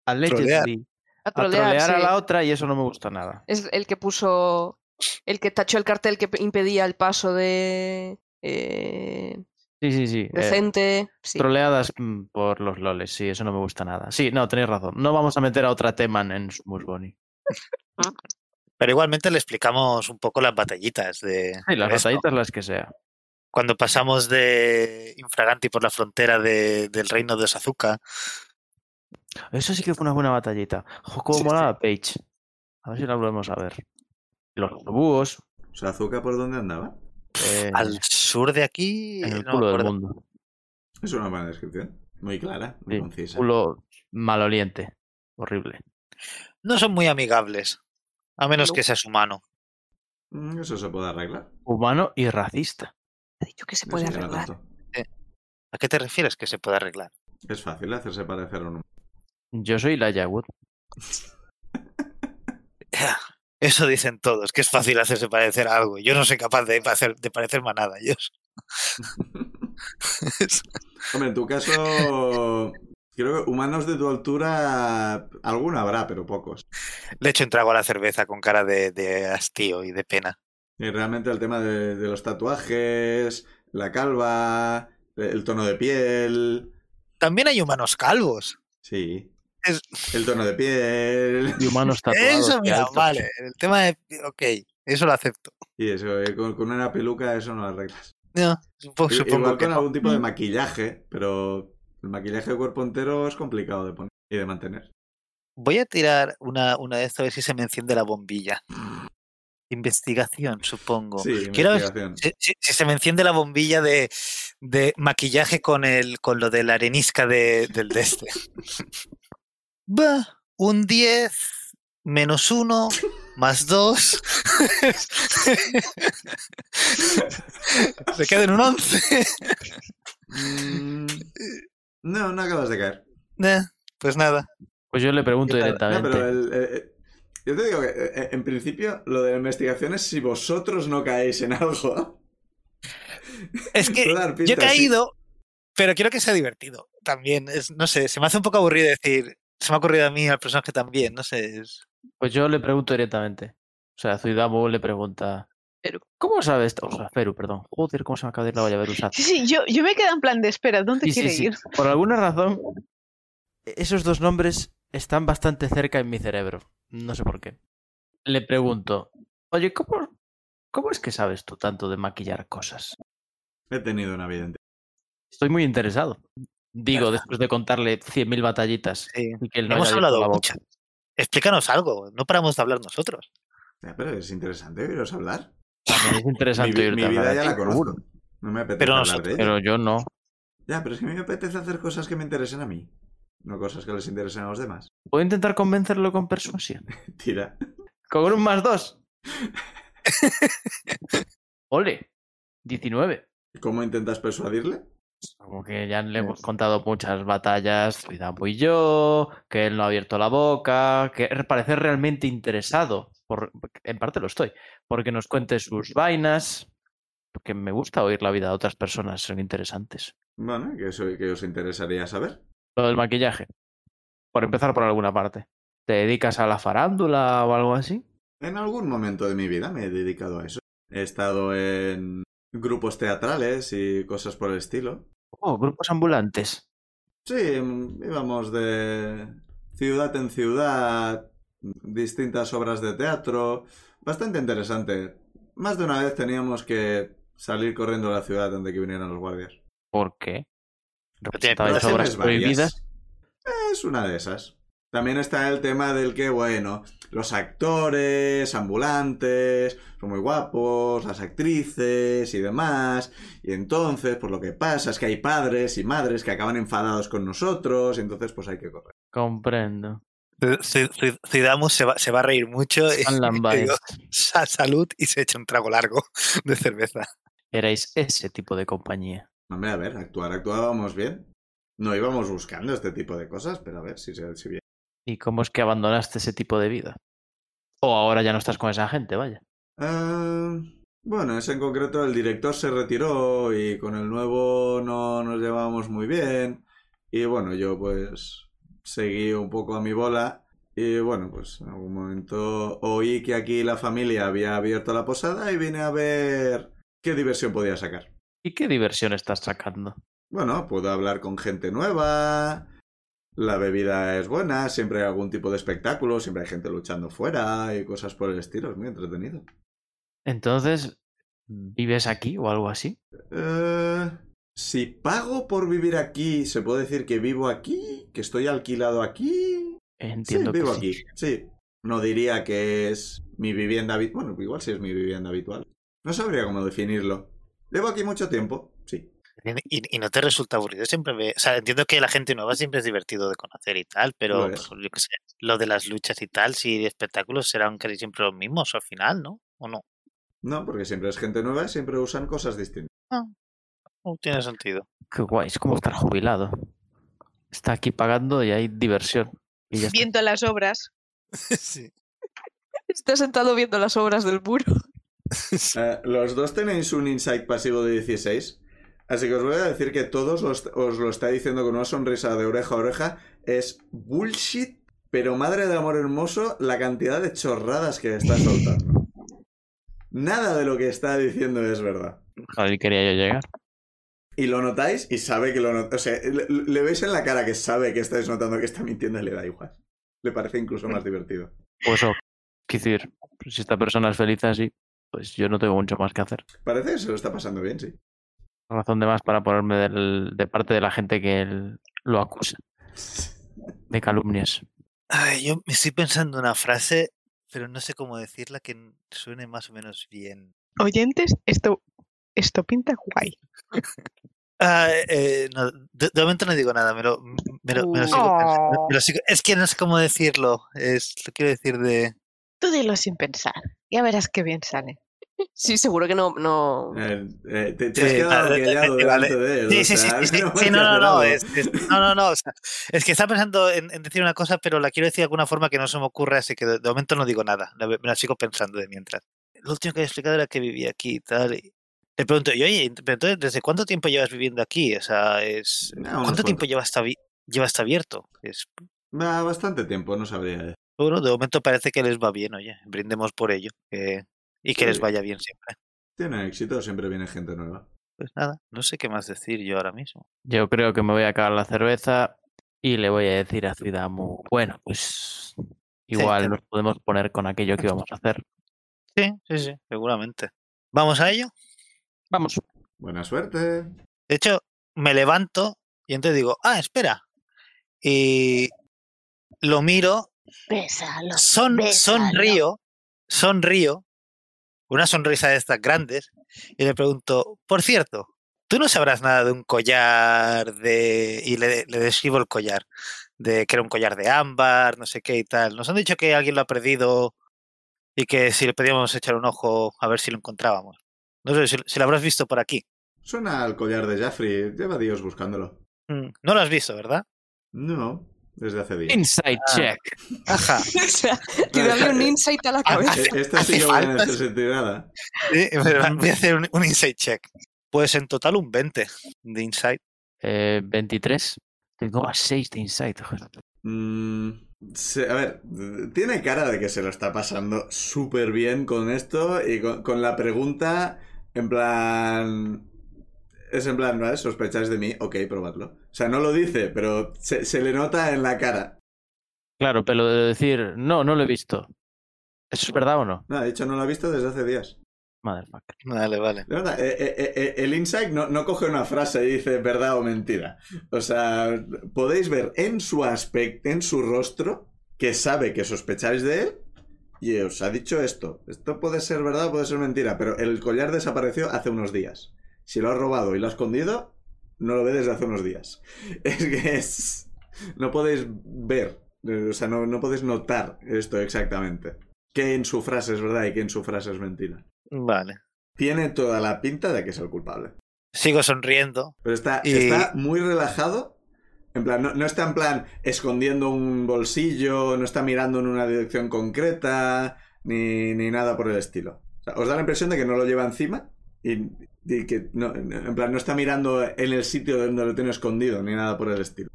a Legendary, a a trolear, trolear, a sí. la otra y eso no me gusta nada. Es el que puso. El que tachó el cartel que impedía el paso de. eh, Sí, sí, sí. eh, decente. sí. Troleadas mm, por los loles, sí, eso no me gusta nada. Sí, no, tenéis razón. No vamos a meter a otra Teman en Sumus Boni. Pero igualmente le explicamos un poco las batallitas de Sí, las de esto. batallitas las que sea. Cuando pasamos de Infraganti por la frontera de- del reino de Sazuka. Eso sí que fue una buena batallita. Ojo, cómo Sí, molaba Page. A ver si la volvemos a ver. Los búhos. O sea, Azuka, ¿por dónde andaba? eh, Al sur de aquí. en el no me culo del acuerdo. mundo. Es una buena descripción. Muy clara, muy Sí, concisa. culo maloliente. Horrible. No son muy amigables. A menos No. que seas humano. Mm, Eso se puede arreglar. Humano y racista. Ha dicho que se Eso puede ya no arreglar. tanto. ¿A qué te refieres que se puede arreglar? Es fácil hacerse parecer a un Yo soy la Wood. Eso dicen todos, que es fácil hacerse parecer a algo. Yo no soy capaz de, hacer, de parecerme a nada. Yo Hombre, en tu caso, Creo que humanos de tu altura, alguno habrá, pero pocos. Le echo un trago a la cerveza con cara de, de hastío y de pena. Y realmente el tema de, de los tatuajes, la calva, el tono de piel. También hay humanos calvos. Sí. Es- El tono de piel. Y humanos tatuados. eso, qué mira, alto. vale. El tema de. Ok, eso lo acepto. Y eso, eh, con, con una peluca eso no lo arreglas. No, supo- Oh, supongo, I- Igual que con no. Mm. algún tipo de maquillaje, pero el maquillaje de cuerpo entero es complicado de poner y de mantener. Voy a tirar una, una de estas a ver si se me enciende la bombilla. Mm. Investigación, supongo. Sí, Oh, Quiero- investigación. Si, si- si se me enciende la bombilla de, de maquillaje con el con lo de la arenisca de, del de este. Va, un 10 menos 1 más 2. se queda en un 11. Mm, No, no acabas de caer. Nah, pues nada. Pues yo le pregunto Yo- no, No, directamente. pero el- eh, eh, yo te digo que eh, eh, en principio lo de la investigación es si vosotros no caéis en algo. Es que Puedo dar yo he pistas, sí. caído, pero quiero que sea divertido también. Es, no sé, se me hace un poco aburrido decir. Se me ha ocurrido a mí y al personaje también, no sé. es- Pues yo le pregunto directamente. O sea, Zuidamo le pregunta. Pero- ¿Cómo sabes? esto?" O sea, Feru, perdón. Joder, ¿cómo se me acaba de ir la olla Verusat? Sí, sí, yo, yo me quedo en plan de espera, ¿dónde Sí, sí, quiere sí. ir? Por alguna razón, e-, esos dos nombres están bastante cerca en mi cerebro. No sé por qué. Le pregunto, oye, ¿cómo, cómo es que sabes tú tanto de maquillar cosas? He tenido una vida entera. Estoy muy interesado. Digo, después de contarle 100.000 batallitas. sí. y que él no Hemos haya abierto hablado la boca. mucho. Explícanos algo, no paramos de hablar nosotros. Ya, Pero es interesante oíros hablar. Es interesante mi, vi- oírte mi vida hablar ya a la ti, conozco. seguro. No me apetece Pero hablar nosotros- de ella. Pero yo no. Ya, pero es que a mí me apetece hacer cosas que me interesen a mí. No cosas que les interesen a los demás. Puedo intentar convencerlo con persuasión. Tira. Con un más dos. Ole, 19. ¿Cómo intentas persuadirle? Como que ya le hemos contado muchas batallas, Zuidamo y yo, que él no ha abierto la boca, que parece realmente interesado, por, en parte lo estoy, porque nos cuente sus vainas, porque me gusta oír la vida de otras personas, son interesantes. Bueno, que, eso, que os interesaría saber. Lo del maquillaje, por empezar por alguna parte. ¿Te dedicas a la farándula o algo así? En algún momento de mi vida me he dedicado a eso. He estado en grupos teatrales y cosas por el estilo. Oh, grupos ambulantes. Sí, mm, íbamos de ciudad en ciudad, distintas obras de teatro. Bastante interesante. Más de una vez teníamos que salir corriendo a la ciudad antes de que vinieran los guardias. ¿Por qué? tiene ¿Representabais Hacen obras es varias. prohibidas? Es una de esas. También está el tema del que, bueno, los actores ambulantes son muy guapos, las actrices y demás. Y entonces, pues lo que pasa es que hay padres y madres que acaban enfadados con nosotros, y entonces pues hay que correr. Comprendo. Cidamus se va, se va a reír mucho. y le San digo, Lambáez, "Sa- salud y se echa un trago largo de cerveza. erais ese tipo de compañía. Hombre, a ver, actuar, actuábamos bien. No íbamos buscando este tipo de cosas, pero a ver si, se- si bien. ¿Y cómo es que abandonaste ese tipo de vida? O ahora ya no estás con esa gente, vaya. Ah, bueno, ese en concreto el director se retiró y con el nuevo no nos llevábamos muy bien. Y bueno, yo pues seguí un poco a mi bola. Y bueno, pues en algún momento oí que aquí la familia había abierto la posada y vine a ver qué diversión podía sacar. ¿Y qué diversión estás sacando? Bueno, puedo hablar con gente nueva. La bebida es buena, siempre hay algún tipo de espectáculo, siempre hay gente luchando fuera y cosas por el estilo, es muy entretenido. Entonces, Mm. ¿vives aquí o algo así? Eh, si pago por vivir aquí, ¿se puede decir que vivo aquí? ¿Que estoy alquilado aquí? Entiendo sí, que vivo sí. aquí, sí. No diría que es mi vivienda habitual. Bueno, igual sí es mi vivienda habitual. No sabría cómo definirlo. Llevo aquí mucho tiempo, sí. Y, y no te resulta aburrido. Siempre ve- o sea, entiendo que la gente nueva siempre es divertido de conocer y tal, pero Lo es. pf, yo qué sé, lo de las luchas y tal, si espectáculos serán casi siempre los mismos al final, ¿no? ¿O no? No, porque siempre es gente nueva, siempre usan cosas distintas. No tiene sentido. Qué guay, es como estar jubilado. Está aquí pagando y hay diversión. Y ya está. Viendo las obras. sí. Está sentado viendo las obras del muro. Eh, los dos tenéis un insight pasivo de 16. Así que os voy a decir que todos os, os lo está diciendo con una sonrisa de oreja a oreja. Es bullshit, pero madre de amor hermoso, la cantidad de chorradas que está soltando. Nada de lo que está diciendo es verdad. Ahí quería yo llegar. Y lo notáis y sabe que lo notáis. O sea, le, le veis en la cara que sabe que estáis notando que está mintiendo y le da igual. Le parece incluso más divertido. Pues eso, quiero decir, si esta persona es feliz así, pues yo no tengo mucho más que hacer. Parece que se lo está pasando bien, sí. Razón de más para ponerme del- de parte de la gente que él- lo acusa de calumnias. Ay, yo me estoy pensando una frase, pero no sé cómo decirla que n- suene más o menos bien. Oyentes, esto, esto pinta guay. Ah, eh, no, de, de momento no digo nada, me lo, me lo- me lo sigo pensando, me lo sigo- es que no sé cómo decirlo. Es, lo quiero decir de. Tú dilo sin pensar. Ya verás qué bien sale. Sí, seguro que no. no... Eh, eh, te, te has Sí, quedado vale, callado vale. delante de él. Sí, o sí, sí, sea, sí, sí, no me sí, has no, no, enterado. no, es, es- no, no, no, o sea, es que estaba pensando en, en decir una cosa, pero la quiero decir de alguna forma que no se me ocurre, así que de, de momento no digo nada, la ve- me la sigo pensando de mientras. Lo último que he explicado era que vivía aquí y tal, y le pregunto, y oye, ent- pero entonces, ¿desde cuánto tiempo llevas viviendo aquí? O sea, es, No, pues, unos ¿cuánto tiempo cuantos. lleva hasta, vi- lleva hasta abierto? Es, pues, Va, bastante tiempo, no sabría. eh. decir. bueno, de momento parece que les va bien, oye, brindemos por ello, que- y que les Sí. vaya bien siempre. Tienen éxito, siempre viene gente nueva. Pues nada, no sé qué más decir yo ahora mismo. Yo creo que me voy a acabar la cerveza y le voy a decir a Ciudadmu, bueno, pues igual te- nos podemos poner con aquello que vamos a hacer. Sí, sí, sí, seguramente. ¿Vamos a ello? Vamos. Buena suerte. De hecho, me levanto y entonces digo, ah, espera. Y lo miro, Bésalo. son, bésalo. sonrío, sonrío, una sonrisa de estas grandes, y le pregunto, por cierto, tú no sabrás nada de un collar de... Y le, le describo el collar, de que era un collar de ámbar, no sé qué y tal. Nos han dicho que alguien lo ha perdido y que si le podíamos echar un ojo a ver si lo encontrábamos. No sé si, si lo habrás visto por aquí. Suena al collar de Jaffrey. Lleva días buscándolo. Mm, No lo has visto, ¿verdad? No, desde hace días. Inside Ah. check. Ajá. O sea, te dale eh, un insight a la cabeza. E- Esta sí hace que voy a falta. necesitar tirada. Sí, Eh, va- voy a hacer un, un insight check. Pues en total un 20 de insight. Eh, 23. Tengo a 6 de insight. joder. Mm, se- a ver, tiene cara de que se lo está pasando súper bien con esto y con, con la pregunta, en plan... Es en plan, ¿vale? ¿Sospecháis de mí? Ok, probadlo. O sea, no lo dice, pero se, se le nota en la cara. Claro, pero de decir, no, no lo he visto. ¿Eso es verdad o no? No, de hecho, no lo ha visto desde hace días. Motherfucker. Vale, vale. De verdad, eh, eh, eh, eh, el insight no, no coge una frase y dice verdad o mentira. O sea, podéis ver en su aspecto, en su rostro, que sabe que sospecháis de él y os ha dicho esto. Esto puede ser verdad o puede ser mentira, pero el collar desapareció hace unos días. Si lo ha robado y lo ha escondido, no lo ve desde hace unos días. Es que es... No podéis ver, eh, o sea, no, no podéis notar esto exactamente. Que en su frase es verdad y que en su frase es mentira. Vale. Tiene toda la pinta de que es el culpable. Sigo sonriendo. Pero está, Y- está muy relajado. En plan, no, no está en plan escondiendo un bolsillo, no está mirando en una dirección concreta, ni, ni nada por el estilo. O sea, os da la impresión de que no lo lleva encima y, y que no, en plan, no está mirando en el sitio donde lo tiene escondido, ni nada por el estilo.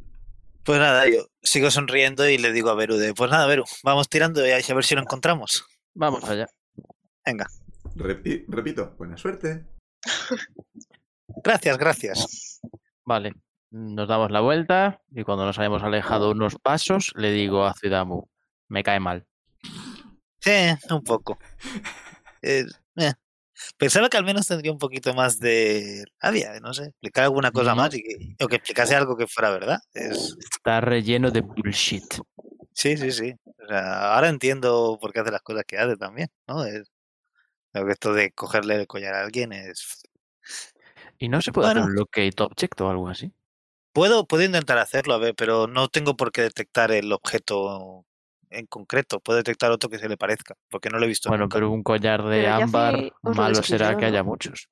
Pues nada, yo sigo sonriendo y le digo a Beru de, pues nada, Beru, vamos tirando y a ver si lo encontramos. Vamos allá. Repi- repito, buena suerte. Gracias, gracias. Vale. Nos damos la vuelta y cuando nos hayamos alejado unos pasos, le digo a Ciudadmu, me cae mal. Sí, un poco. Eh, eh. Pensaba que al menos tendría un poquito más de había, no sé, explicar alguna cosa más y que, o que explicase algo que fuera verdad. Es- Está relleno de bullshit. Sí, sí, sí. O sea, ahora entiendo por qué hace las cosas que hace también, ¿no? Es, lo que esto de cogerle el collar a alguien es... ¿Y no se puede hacer Bueno. un locate object o algo así? Puedo, puedo intentar hacerlo, a ver, pero no tengo por qué detectar el objeto en concreto. Puedo detectar otro que se le parezca, porque no lo he visto Bueno, nunca. pero un collar de Pero ya ámbar, sí os lo malo será que describieron, haya ¿no? muchos.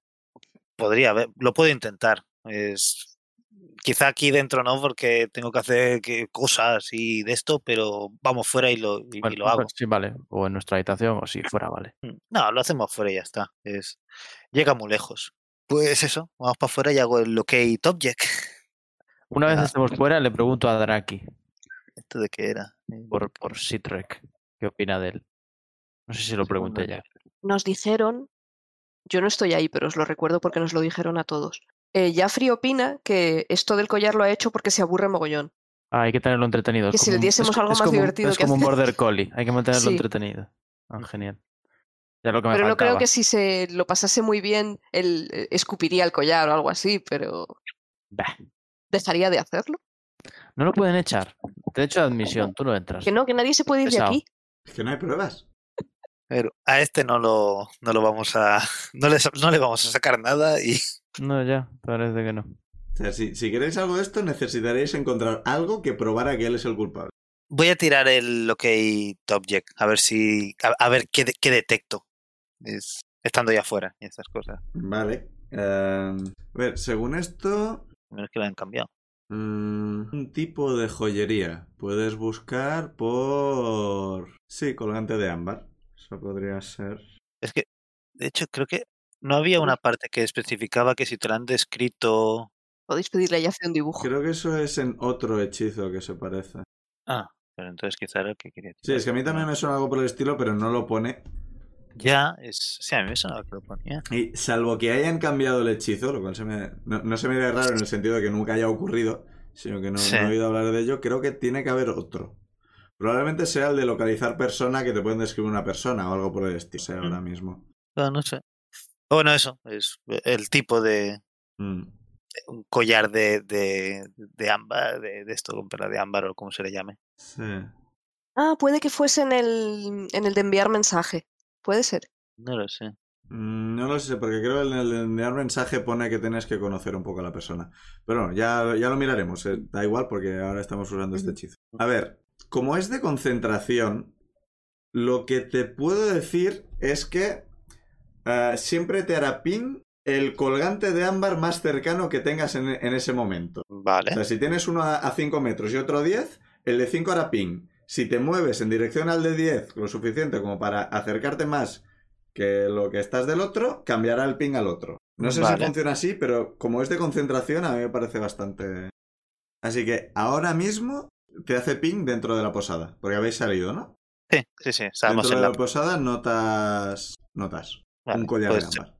Podría, haber- lo puedo intentar. Es... Quizá aquí dentro no, porque tengo que hacer que- cosas y de esto, pero vamos fuera y lo, y- y Bueno, pues, lo bueno, hago. Sí, vale. O en nuestra habitación o si fuera, vale. Mm, No, lo hacemos fuera y ya está. Es... Llega muy lejos. Pues eso, vamos para afuera y hago el locate object. Una vez Ah. estemos fuera, le pregunto a Draki ¿Esto de qué era? eh, por, por Sitrek. ¿Qué opina de él? No sé si Pues lo pregunté ya. Nos dijeron, yo no estoy ahí, pero os lo recuerdo porque nos lo dijeron a todos. Eh, Jaffrey opina que esto del collar lo ha hecho porque se aburre mogollón. Ah, hay que tenerlo entretenido. es Que si como le un- diésemos es- algo es más como un- divertido Es que como un hacer. border collie. Hay que mantenerlo Sí. Mm. entretenido. Ah, genial. Ya lo que me Pero no creo faltaba. que si se lo pasase muy bien, él eh, escupiría el collar o algo así, pero Bah, dejaría de hacerlo. No lo pueden echar. Te he hecho admisión, tú no entras. Que no, que nadie se puede ir de Pesado. aquí. Es que no hay pruebas. Pero a este no lo, no lo vamos a. No le, no le vamos a sacar nada y. No, ya, parece que no. O sea, si, si queréis algo de esto, necesitaréis encontrar algo que probara que él es el culpable. Voy a tirar el locate object, a ver si. A, a ver qué, de- qué detecto. es- estando ya afuera y esas cosas. Vale. Eh, a ver, según esto, A menos que lo han cambiado. Mm, un tipo de joyería. Puedes buscar por... Sí, colgante de ámbar. Eso podría ser. Es que, de hecho, creo que no había una parte que especificaba que si te lo han descrito. Podéis pedirle a Jaffrey un dibujo. Creo que eso es en otro hechizo que se parece. Ah, pero entonces quizá era el que quería. Sí, es que a mí también me suena algo por el estilo, pero no lo pone. Ya, es. Sí, a mí me sonaba que lo ponía. Y salvo que hayan cambiado el hechizo, lo cual se me- no, no se me da raro en el sentido de que nunca haya ocurrido, sino que no, Sí. no he oído hablar de ello, creo que tiene que haber otro. Probablemente sea el de localizar persona que te pueden describir una persona o algo por el estilo. O sea, ahora mismo. No, no sé. Bueno, eso, es el tipo de, Mm. un collar de, de, de ámbar, de, de esto con perla de ámbar o como se le llame. Sí. Ah, puede que fuese en el, en el de enviar mensaje. Puede ser. No lo sé. Mm, No lo sé, porque creo que en el enviar mensaje pone que tienes que conocer un poco a la persona. Pero bueno, ya, ya lo miraremos, eh, da igual porque ahora estamos usando este hechizo. A ver, como es de concentración, lo que te puedo decir es que eh, siempre te hará ping el colgante de ámbar más cercano que tengas en, en ese momento. O Vale. sea, si tienes uno a, 5 metros y otro a 10, el de 5 hará ping. Si te mueves en dirección al de 10 lo suficiente como para acercarte más que lo que estás del otro, cambiará el ping al otro. No sé si Vale. funciona así, pero como es de concentración, a mí me parece bastante. Así que ahora mismo te hace ping dentro de la posada, porque habéis salido, ¿no? Sí, sí, sí. Estábamos dentro en de la. la posada notas. Notas. vale, un collar pues, de ámbar.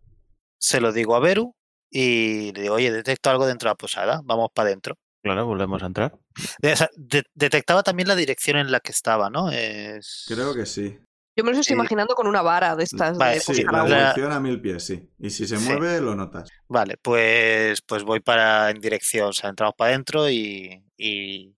se lo digo a Beru y le digo, oye, detecto algo dentro de la posada, vamos para adentro. Claro, volvemos a entrar. De- o sea, de- detectaba también la dirección en la que estaba, ¿no? Es- Creo que sí. Mm, Yo me los estoy Eh, imaginando con una vara de estas vale, de sí, Sí, buscar la agua. la- dirección a mil pies, sí. Y si se Sí. mueve, lo notas. Vale, pues, pues voy para en dirección, o sea, entramos para adentro y, y-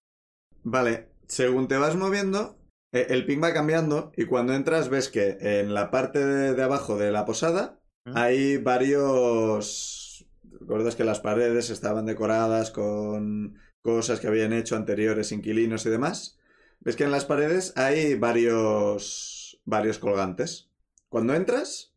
Vale, según te vas moviendo, eh, el ping va cambiando y cuando entras ves que en la parte de, de abajo de la posada ¿Mm? hay varios... ¿Recuerdas que las paredes estaban decoradas con cosas que habían hecho anteriores inquilinos y demás? Ves que en las paredes hay varios, varios colgantes. Cuando entras,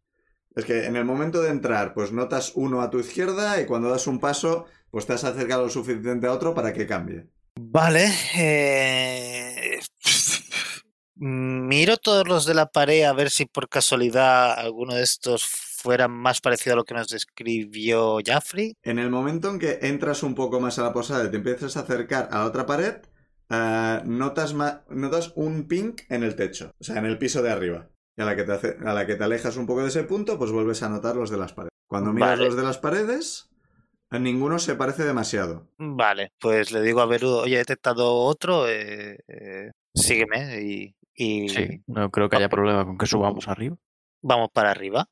es que en el momento de entrar, pues notas uno a tu izquierda y cuando das un paso, pues te has acercado lo suficiente a otro para que cambie. Vale. eh, Miro todos los de la pared a ver si por casualidad alguno de estos fuera más parecido a lo que nos describió Jaffrey. En el momento en que entras un poco más a la posada y te empiezas a acercar a la otra pared, ah, notas, ma- notas un pink en el techo, o sea, en el piso de arriba. Y a la, que te hace- a la que te alejas un poco de ese punto, pues vuelves a notar los de las paredes. Cuando miras Vale. los de las paredes, a ninguno se parece demasiado. Vale, pues le digo a Berudo, oye, he detectado otro, eh, eh, sígueme y, y Sí, no creo que haya problema con que subamos arriba. vamos para arriba.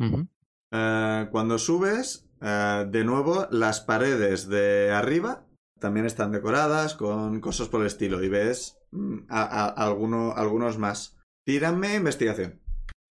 Ujú. Ah, cuando subes, ah, de nuevo, las paredes de arriba también están decoradas con cosas por el estilo y ves mm, a- a- alguno- algunos más. Tírame investigación.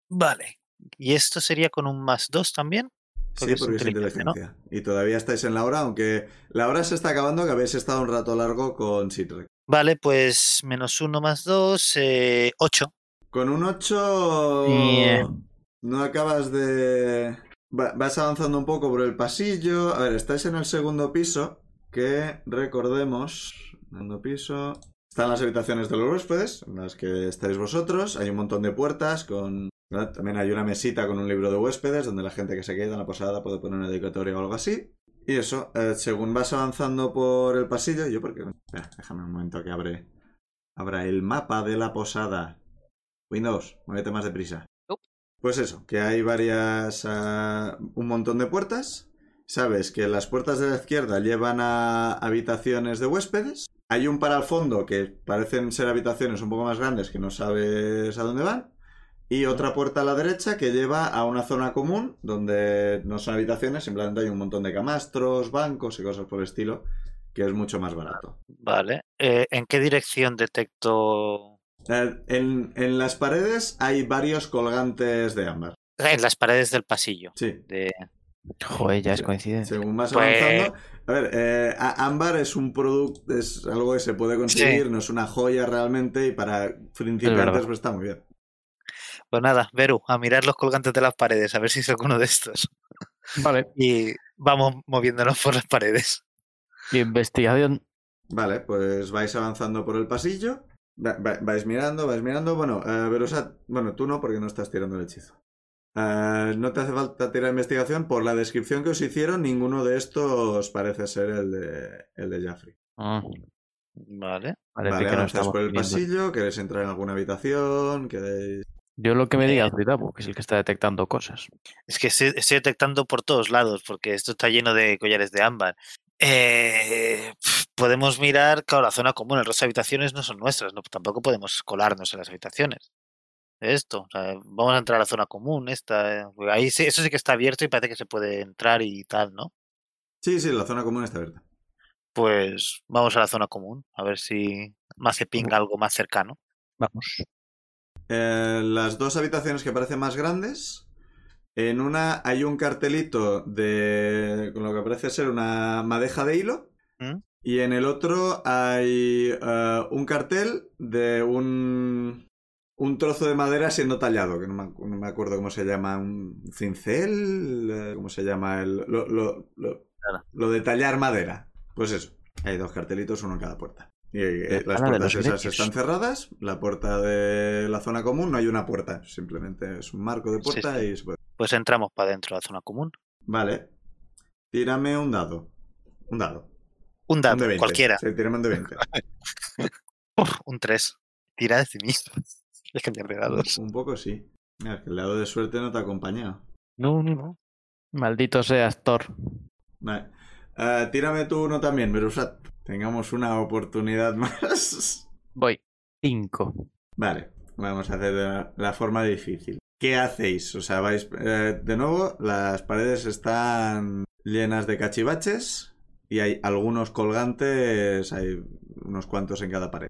Vale. ¿Y esto sería con un más dos también? Sí, porque es inteligencia. ¿no? Y todavía estáis en la hora, aunque la hora se está acabando, que habéis estado un rato largo con Citrek. Vale, pues menos uno más dos, eh, ocho. Con un 8... Bien. No acabas de... va- vas avanzando un poco por el pasillo. A ver, estáis en el segundo piso, que recordemos... Segundo piso... Están las habitaciones de los huéspedes, en las que estáis vosotros. Hay un montón de puertas con ¿verdad? También hay una mesita con un libro de huéspedes donde la gente que se queda en la posada puede poner una dedicatoria o algo así. Y eso, eh, según vas avanzando por el pasillo, yo porque... Espera, déjame un momento que abre, abra el mapa de la posada. Windows, muévete más deprisa. Nope. Pues eso, que hay varias... ah, un montón de puertas. Sabes que las puertas de la izquierda llevan a habitaciones de huéspedes. Hay un para el fondo que parecen ser habitaciones un poco más grandes que no sabes a dónde van. Y otra puerta a la derecha que lleva a una zona común donde no son habitaciones, simplemente hay un montón de camastros, bancos y cosas por el estilo, que es mucho más barato. Vale. Eh, ¿En qué dirección detecto? Eh, En, en las paredes hay varios colgantes de ámbar. En las paredes del pasillo. Sí, De... Joder, ya es Sí. coincidencia. según vas Pues- avanzando. A ver, eh, á- ámbar es un producto, es algo que se puede conseguir, no es una joya realmente y para principiantes verdad. pues está muy bien. Pues nada, Veru, a mirar los colgantes de las paredes, a ver si es alguno de estos. Vale. Y vamos moviéndonos por las paredes. Y investigación. Vale, pues vais avanzando por el pasillo. Va- va- vais mirando, vais mirando. Bueno, eh, Verosat, bueno, tú no, porque no estás tirando el hechizo. Eh, no te hace falta tirar investigación. Por la descripción que os hicieron, ninguno de estos parece ser el de, el de Jaffrey. Ah, Vale. parece vale, que no avanzáis estamos por el viendo. pasillo, queréis entrar en alguna habitación, queréis... Yo lo que me Eh. diga Zuidamu, que es el que está detectando cosas. Es que estoy, estoy detectando por todos lados, porque esto está lleno de collares de ámbar. Eh, pf, podemos mirar, claro, la zona común, el resto de habitaciones no son nuestras, no, tampoco podemos colarnos en las habitaciones. Esto, o sea, vamos a entrar a la zona común, esta, eh, ahí sí, eso sí que está abierto y parece que se puede entrar y tal, ¿no? Sí, sí, la zona común está abierta. Pues vamos a la zona común, a ver si me hace ping algo más cercano. Vamos. Eh, las dos habitaciones que parecen más grandes. En una hay un cartelito de. con lo que parece ser una madeja de hilo. ¿Mm? Y en el otro hay eh, un cartel de un. un trozo de madera siendo tallado, que no me, ac- no me acuerdo cómo se llama. ¿Un cincel? Eh, ¿Cómo se llama? El, lo, lo- lo- Nada. lo de tallar madera. Pues eso. Hay dos cartelitos, uno en cada puerta. Y eh, las ala de puertas los esas grecios. están cerradas. La puerta de la zona común no hay una puerta. Simplemente es un marco de Sí, puerta sí. y se puede. Pues entramos para dentro de la zona común. Vale. Tírame un dado. Un dado. Un un de dado, 20. cualquiera, Sí, tírame un de 20. un 3. Tira de sí mismo. Es que tiene dados. un poco sí. Mira, es que el dado de suerte no te ha acompañado. No, no, no. Maldito seas, Thor. Vale. Ah, tírame tú uno también, Berusat. Tengamos una oportunidad más. Voy. Cinco. Vale, vamos a hacer de la, la forma difícil. ¿Qué hacéis? O sea, vais... eh, de nuevo, las paredes están llenas de cachivaches y hay algunos colgantes, hay unos cuantos en cada pared.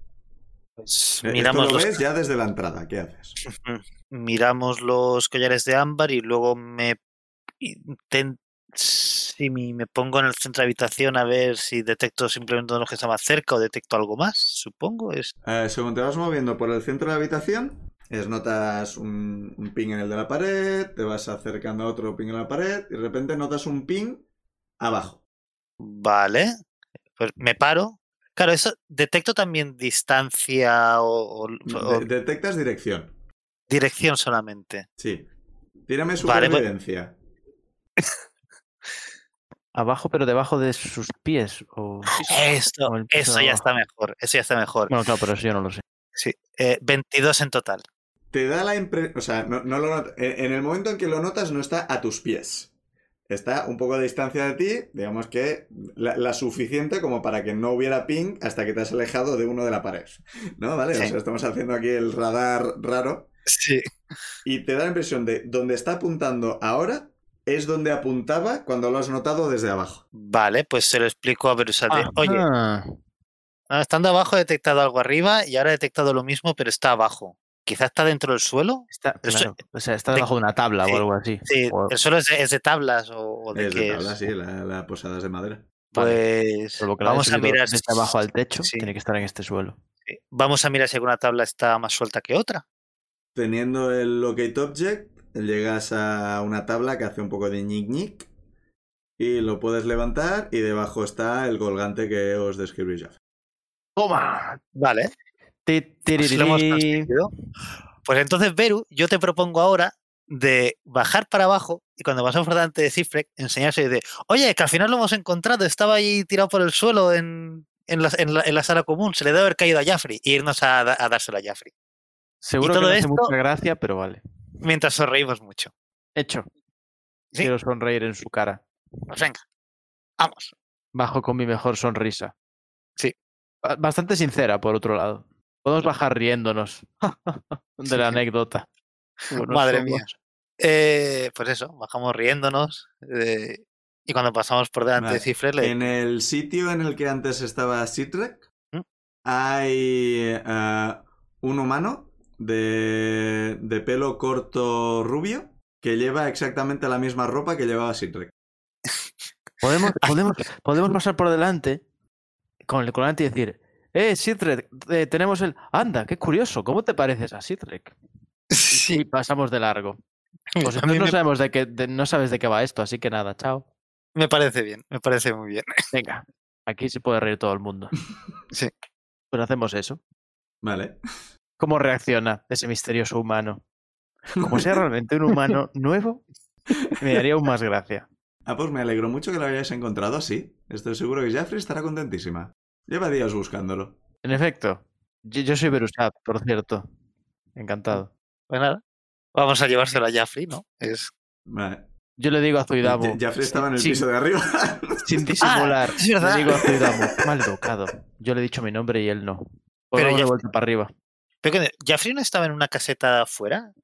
Pues Eh, miramos Esto lo los, ves ya desde la entrada, ¿qué haces? miramos los collares de ámbar y luego me intento si me me pongo en el centro de habitación a ver si detecto simplemente uno de los que está más cerca o detecto algo más, supongo. Es Eh, según te vas moviendo por el centro de la habitación, es, notas un, un ping en el de la pared, te vas acercando a otro ping en la pared y de repente notas un ping abajo. vale. Pues me paro. Claro, eso detecto también distancia o, o- o Mm, De- detectas dirección. dirección solamente. Sí. Tírame Vale, pues- supervivencia. Abajo, pero debajo de sus pies. O... Esto, o el piso eso de ya abajo. está mejor, eso ya está mejor. Bueno, claro, pero eso yo no lo sé. Sí, eh, 22 en total. Te da la impresión. O sea, no, no lo not- En en el momento en que lo notas, no está a tus pies. Está un poco a distancia de ti, digamos que la, la suficiente como para que no hubiera ping hasta que te has alejado de uno de la pared. ¿No? ¿Vale? O Sí. sea, estamos haciendo aquí el radar raro. Sí. Y te da la impresión de donde está apuntando ahora es donde apuntaba cuando lo has notado desde abajo. Vale, pues se lo explico a Verusat. Ah, Ah. de, Oye, Ajá. Ah, estando abajo he detectado algo arriba y ahora he detectado lo mismo, pero está abajo. Quizá está dentro del suelo. Está, Eso- claro, o sea, está de- debajo de una tabla sí, o algo así. Sí, O- el suelo es de, es de tablas o, o de Es qué de tabla, es. sí, la, la posada es de madera. vale. Pues Por lo que la he vamos a subido mirar. desde abajo al techo, sí. tiene que estar en este suelo. si- Vamos a mirar si alguna tabla está más suelta que otra. Teniendo el Locate Object, llegas a una tabla que hace un poco de ñic ñic y lo puedes levantar y debajo está el colgante que os describí yo. ¡Toma! Vale. Ti, pues lo hemos tiririrí. conseguido. Pues entonces, Beru, yo te propongo ahora de bajar para abajo y cuando pasamos por delante de Cifrec, enseñarse de, oye, que al final lo hemos encontrado, estaba ahí tirado por el suelo en, en, la, en la- en la sala común, se le debe haber caído a Jaffrey y irnos a, da- a dárselo a Jaffrey. Seguro que todo no hace esto- mucha gracia, pero vale. Mientras sonreímos mucho. Hecho. Sí. Quiero sonreír en su cara. Pues venga, vamos. Bajo con mi mejor sonrisa. Sí. Ba- Bastante sincera, por otro lado. Podemos bajar riéndonos de la anécdota. Como unos Madre mía. zongos. Eh, pues eso, bajamos riéndonos eh, y cuando pasamos por delante Vale. de Cifrec, le- En el sitio en el que antes estaba Citrek, ¿Mm? hay eh, un humano de, de pelo corto rubio que lleva exactamente la misma ropa que llevaba Citrek. Podemos, podemos, podemos pasar por delante con el colante y decir, eh, Sitrek, eh, tenemos el... Anda, qué curioso, ¿cómo te pareces a Sitrek? Y sí, pasamos de largo. Pues a entonces mí no, me, sabemos de qué, de- no sabes de qué va esto, así que nada, chao. me parece bien, me parece muy bien. Venga, aquí se puede reír todo el mundo. Sí. Pues hacemos eso. Vale. ¿Cómo reacciona ese misterioso humano? Como sea realmente un humano nuevo, me daría aún más gracia. Ah, pues me alegro mucho que lo hayáis encontrado así. Estoy seguro que Jaffrey estará contentísima. Lleva días buscándolo. En efecto, yo, yo soy Berusat, por cierto. Encantado. Pues nada, vamos a llevárselo a Jaffrey, ¿no? Es... Vale. Yo le digo a Zuidamu. Ja- Jaffrey estaba en el sin- piso de arriba. Sin disimular. Ah, es verdad. Le digo a Zuidamu, mal educado. Yo le he dicho mi nombre y él no. Pero Pero vamos de ya- vuelta para arriba. Pero que- ¿Jaffrey no estaba en una caseta afuera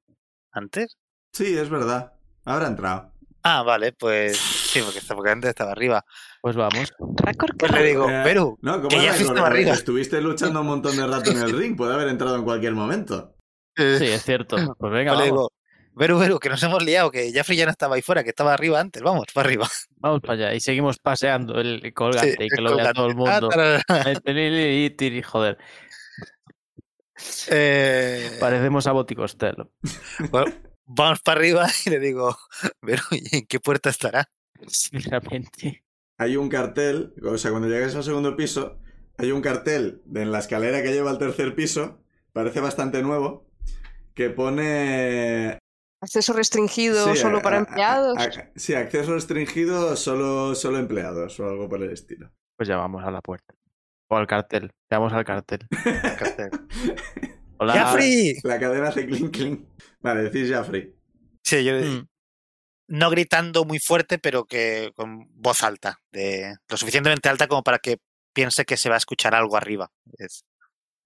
antes? Sí, es verdad. Habrá entrado. Ah, vale, pues sí, porque, está- porque antes estaba arriba. Pues vamos. Racor, Pues le digo, Eh, Beru, No, como Que Jaffrey estaba arriba. estuviste luchando un montón de rato en el ring, puede haber entrado en cualquier momento. eh, Sí, es cierto. Pues venga, pues le vamos. digo, Beru, Beru, que nos hemos liado, que Jaffrey ya no estaba ahí fuera, que estaba arriba antes, vamos, para arriba. Vamos para allá. Y seguimos paseando el Sí, colgante y que el lo vea todo el colgante. Ah, mundo. tarara. El pelili y tiri, joder. Eh, Parecemos a Boti Costello. bueno, vamos para arriba y le digo, Beru, ¿y en qué puerta estará? Sinceramente. hay un cartel, o sea, cuando llegas al segundo piso, hay un cartel de- en la escalera que lleva al tercer piso, parece bastante nuevo, que pone... Acceso restringido sí, solo a- para a- empleados. a- a- sí, acceso restringido solo, solo empleados o algo por el estilo. Pues ya vamos a la puerta. O al cartel. Ya vamos al cartel. Cartel. Hola. ¡Jaffrey! La cadena hace clink clink. Vale, decís Jaffrey. Sí, yo, eh, Mm. no gritando muy fuerte, pero que con voz alta, de, lo suficientemente alta como para que piense que se va a escuchar algo arriba. Es-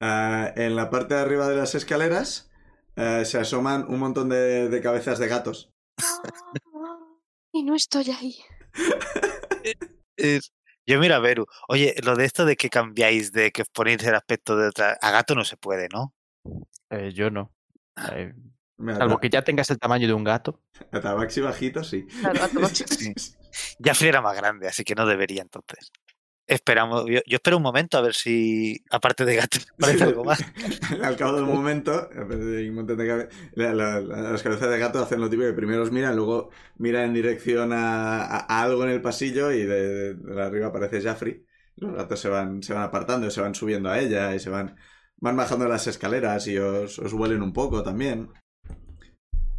Ah, en la parte de arriba de las escaleras eh, se asoman un montón de, de cabezas de gatos. Y no estoy ahí. es- Yo miro a Beru, oye, lo de esto de que cambiáis, de que ponéis el aspecto de otra, a gato no se puede, ¿no? Eh, yo no. Eh, Mira, salvo ta- que ya tengas el tamaño de un gato. a Tabaxi bajito, sí. Claro, a Tabaxi. Jaffrey era más grande, así que no debería entonces. Esperamos, yo, yo espero un momento a ver si, aparte de gato, parece algo más. Al cabo del momento, hay un montón de cabe- la- la- la- las cabezas de gato hacen lo típico que primero os miran, luego miran en dirección a, a- a algo en el pasillo y de, de arriba aparece Jaffrey. Los gatos se van, se van apartando, se van subiendo a ella y se van, van bajando las escaleras y os, os huelen un poco también.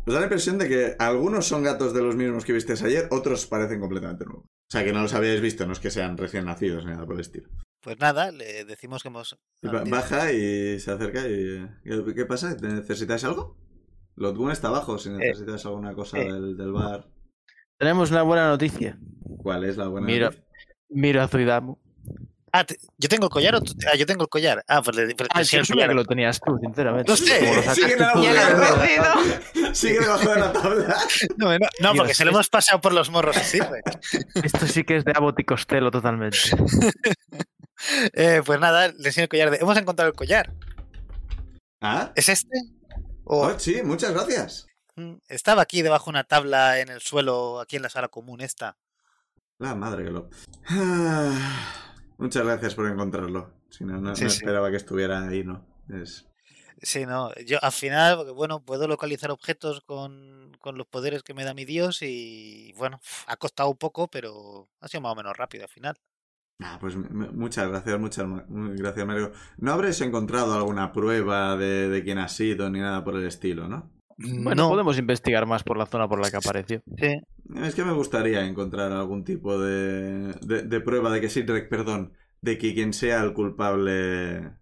Os da la impresión de que algunos son gatos de los mismos que visteis ayer, otros parecen completamente nuevos. O sea, que no los habíais visto, no es que sean recién nacidos ni nada por el estilo. Pues nada, le decimos que hemos... Y ba- Baja y se acerca y... ¿Qué, qué pasa? ¿Te- ¿Necesitáis algo? Lotgun está abajo si necesitas alguna cosa eh. del, del bar. Tenemos una buena noticia. ¿Cuál es la buena Mira. noticia? Miro a Zuidamu. Ah, te- yo tengo el collar o tú- ah, yo tengo el collar. Ah, pues le, pues le Ah, enseño yo el sabía que collar. lo tenías tú, sinceramente. No sé, Como lo sigue sacaste la boca. ya lo has tú de la nada. perdido. Sigue debajo de la tabla. No, no, no, Dios, porque se lo es- hemos pasado por los morros así. güey. Esto sí que es de Abbott y Costello totalmente. Eh, pues nada, le enseño el collar. de- Hemos encontrado el collar. ¿Ah? ¿Es este? O- Oh, sí, muchas gracias. Mm, Estaba aquí debajo de una tabla en el suelo, aquí en la sala común esta. La madre que lo... Ah, muchas gracias por encontrarlo. Si no, no, Sí, no sí. esperaba que estuviera ahí, ¿no? Es... Sí, no, yo al final, porque bueno, puedo localizar objetos con, con los poderes que me da mi dios y bueno, ha costado un poco, pero ha sido más o menos rápido al final. Ah, pues m- m- muchas gracias, muchas ma- muy gracias, Mario. No habréis encontrado alguna prueba de, de quién ha sido ni nada por el estilo, ¿no? Bueno, no, podemos investigar más por la zona por la que apareció. sí. Es que me gustaría encontrar algún tipo de, de, de prueba de que sí, de- perdón, de que quien sea el culpable.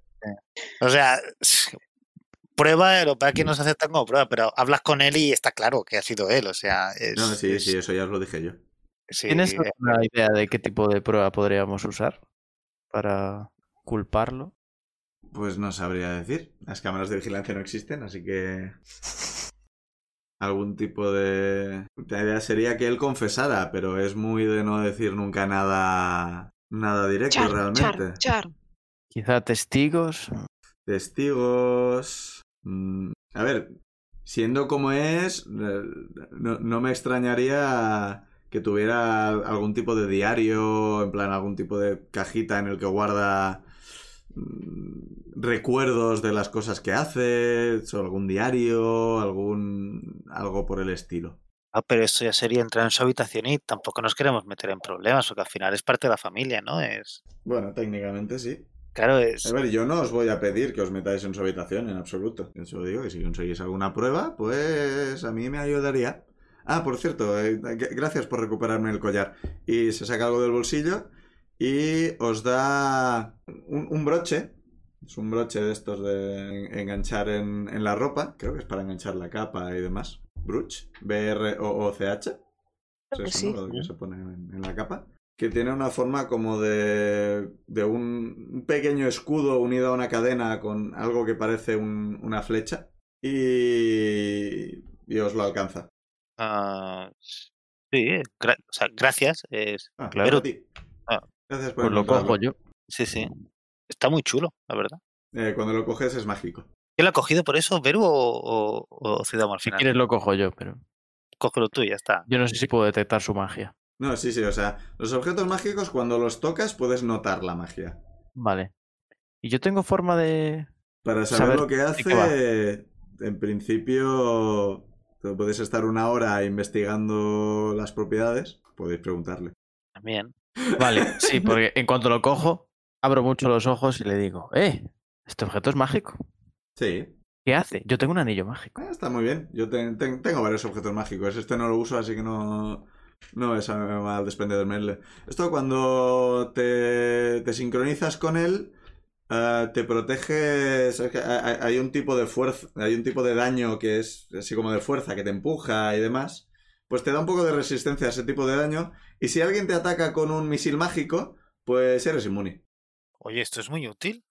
O sea, prueba, lo que pasa es que no se aceptan como prueba, pero hablas con él y está claro que ha sido él. O sea, es, No, sí, es- sí, eso ya os lo dije yo. sí, ¿Tienes eh, alguna idea de qué tipo de prueba podríamos usar para culparlo? Pues no sabría decir. Las cámaras de vigilancia no existen, así que. Algún tipo de. La idea sería que él confesara, pero es muy de no decir nunca nada. Nada directo Charm, realmente. charm, charm. Quizá testigos. Testigos. mm, A ver, siendo como es, eh, no, no me extrañaría que tuviera algún tipo de diario, en plan algún tipo de cajita en el que guarda mm, recuerdos de las cosas que hace, o algún diario, algún algo por el estilo. ah, pero eso ya sería entrar en su habitación y tampoco nos queremos meter en problemas, porque al final es parte de la familia, ¿no? Es, Bueno, técnicamente sí. claro, es. A ver, yo no os voy a pedir que os metáis en su habitación en absoluto. Eso digo que si conseguís alguna prueba, pues a mí me ayudaría. Ah, por cierto, eh, g- gracias por recuperarme el collar. Y se saca algo del bolsillo y os da un, un broche. Es un broche de estos de en- enganchar en, en la ropa. Creo que es para enganchar la capa y demás. Bruch, B-R-O-O-C-H. Creo que Es sí. eso, ¿no? Lo que se pone en, en la capa. Que tiene una forma como de, de un, un pequeño escudo unido a una cadena con algo que parece un- una flecha. Y, y os lo alcanza. ah, sí, gra- o sea, gracias. es- Ah, Claro. a ti. Ah. Gracias por Pues lo encontrarlo. cojo yo. sí, sí. Está muy chulo, la verdad. Eh, cuando lo coges es mágico. ¿Quién lo ha cogido por eso, Beru o, o, o Ciudadamo al Si final? quieres lo cojo yo, pero Cógelo tú y ya está. yo no sé si puedo detectar su magia. No, sí, sí, o sea, los objetos mágicos cuando los tocas puedes notar la magia. Vale. Y yo tengo forma de... Para saber, Saber lo que qué va. hace, en principio, tú puedes estar una hora investigando las propiedades. Podéis preguntarle. También. Vale, sí, porque en cuanto lo cojo, abro mucho los ojos y le digo, eh, este objeto es mágico. Sí, ¿Qué hace? Yo tengo un anillo mágico. Ah, está muy bien. Yo te- te- tengo varios objetos mágicos. Este no lo uso, así que no, no es eh, a- mal desprenderme. Esto cuando te, te sincronizas con él, ah, te protege. sabes que hay- hay- Hay un tipo de fuerza, hay un tipo de daño que es así como de fuerza, que te empuja y demás. Pues te da un poco de resistencia a ese tipo de daño. Y si alguien te ataca con un misil mágico, pues eres inmune. Oye, esto es muy útil.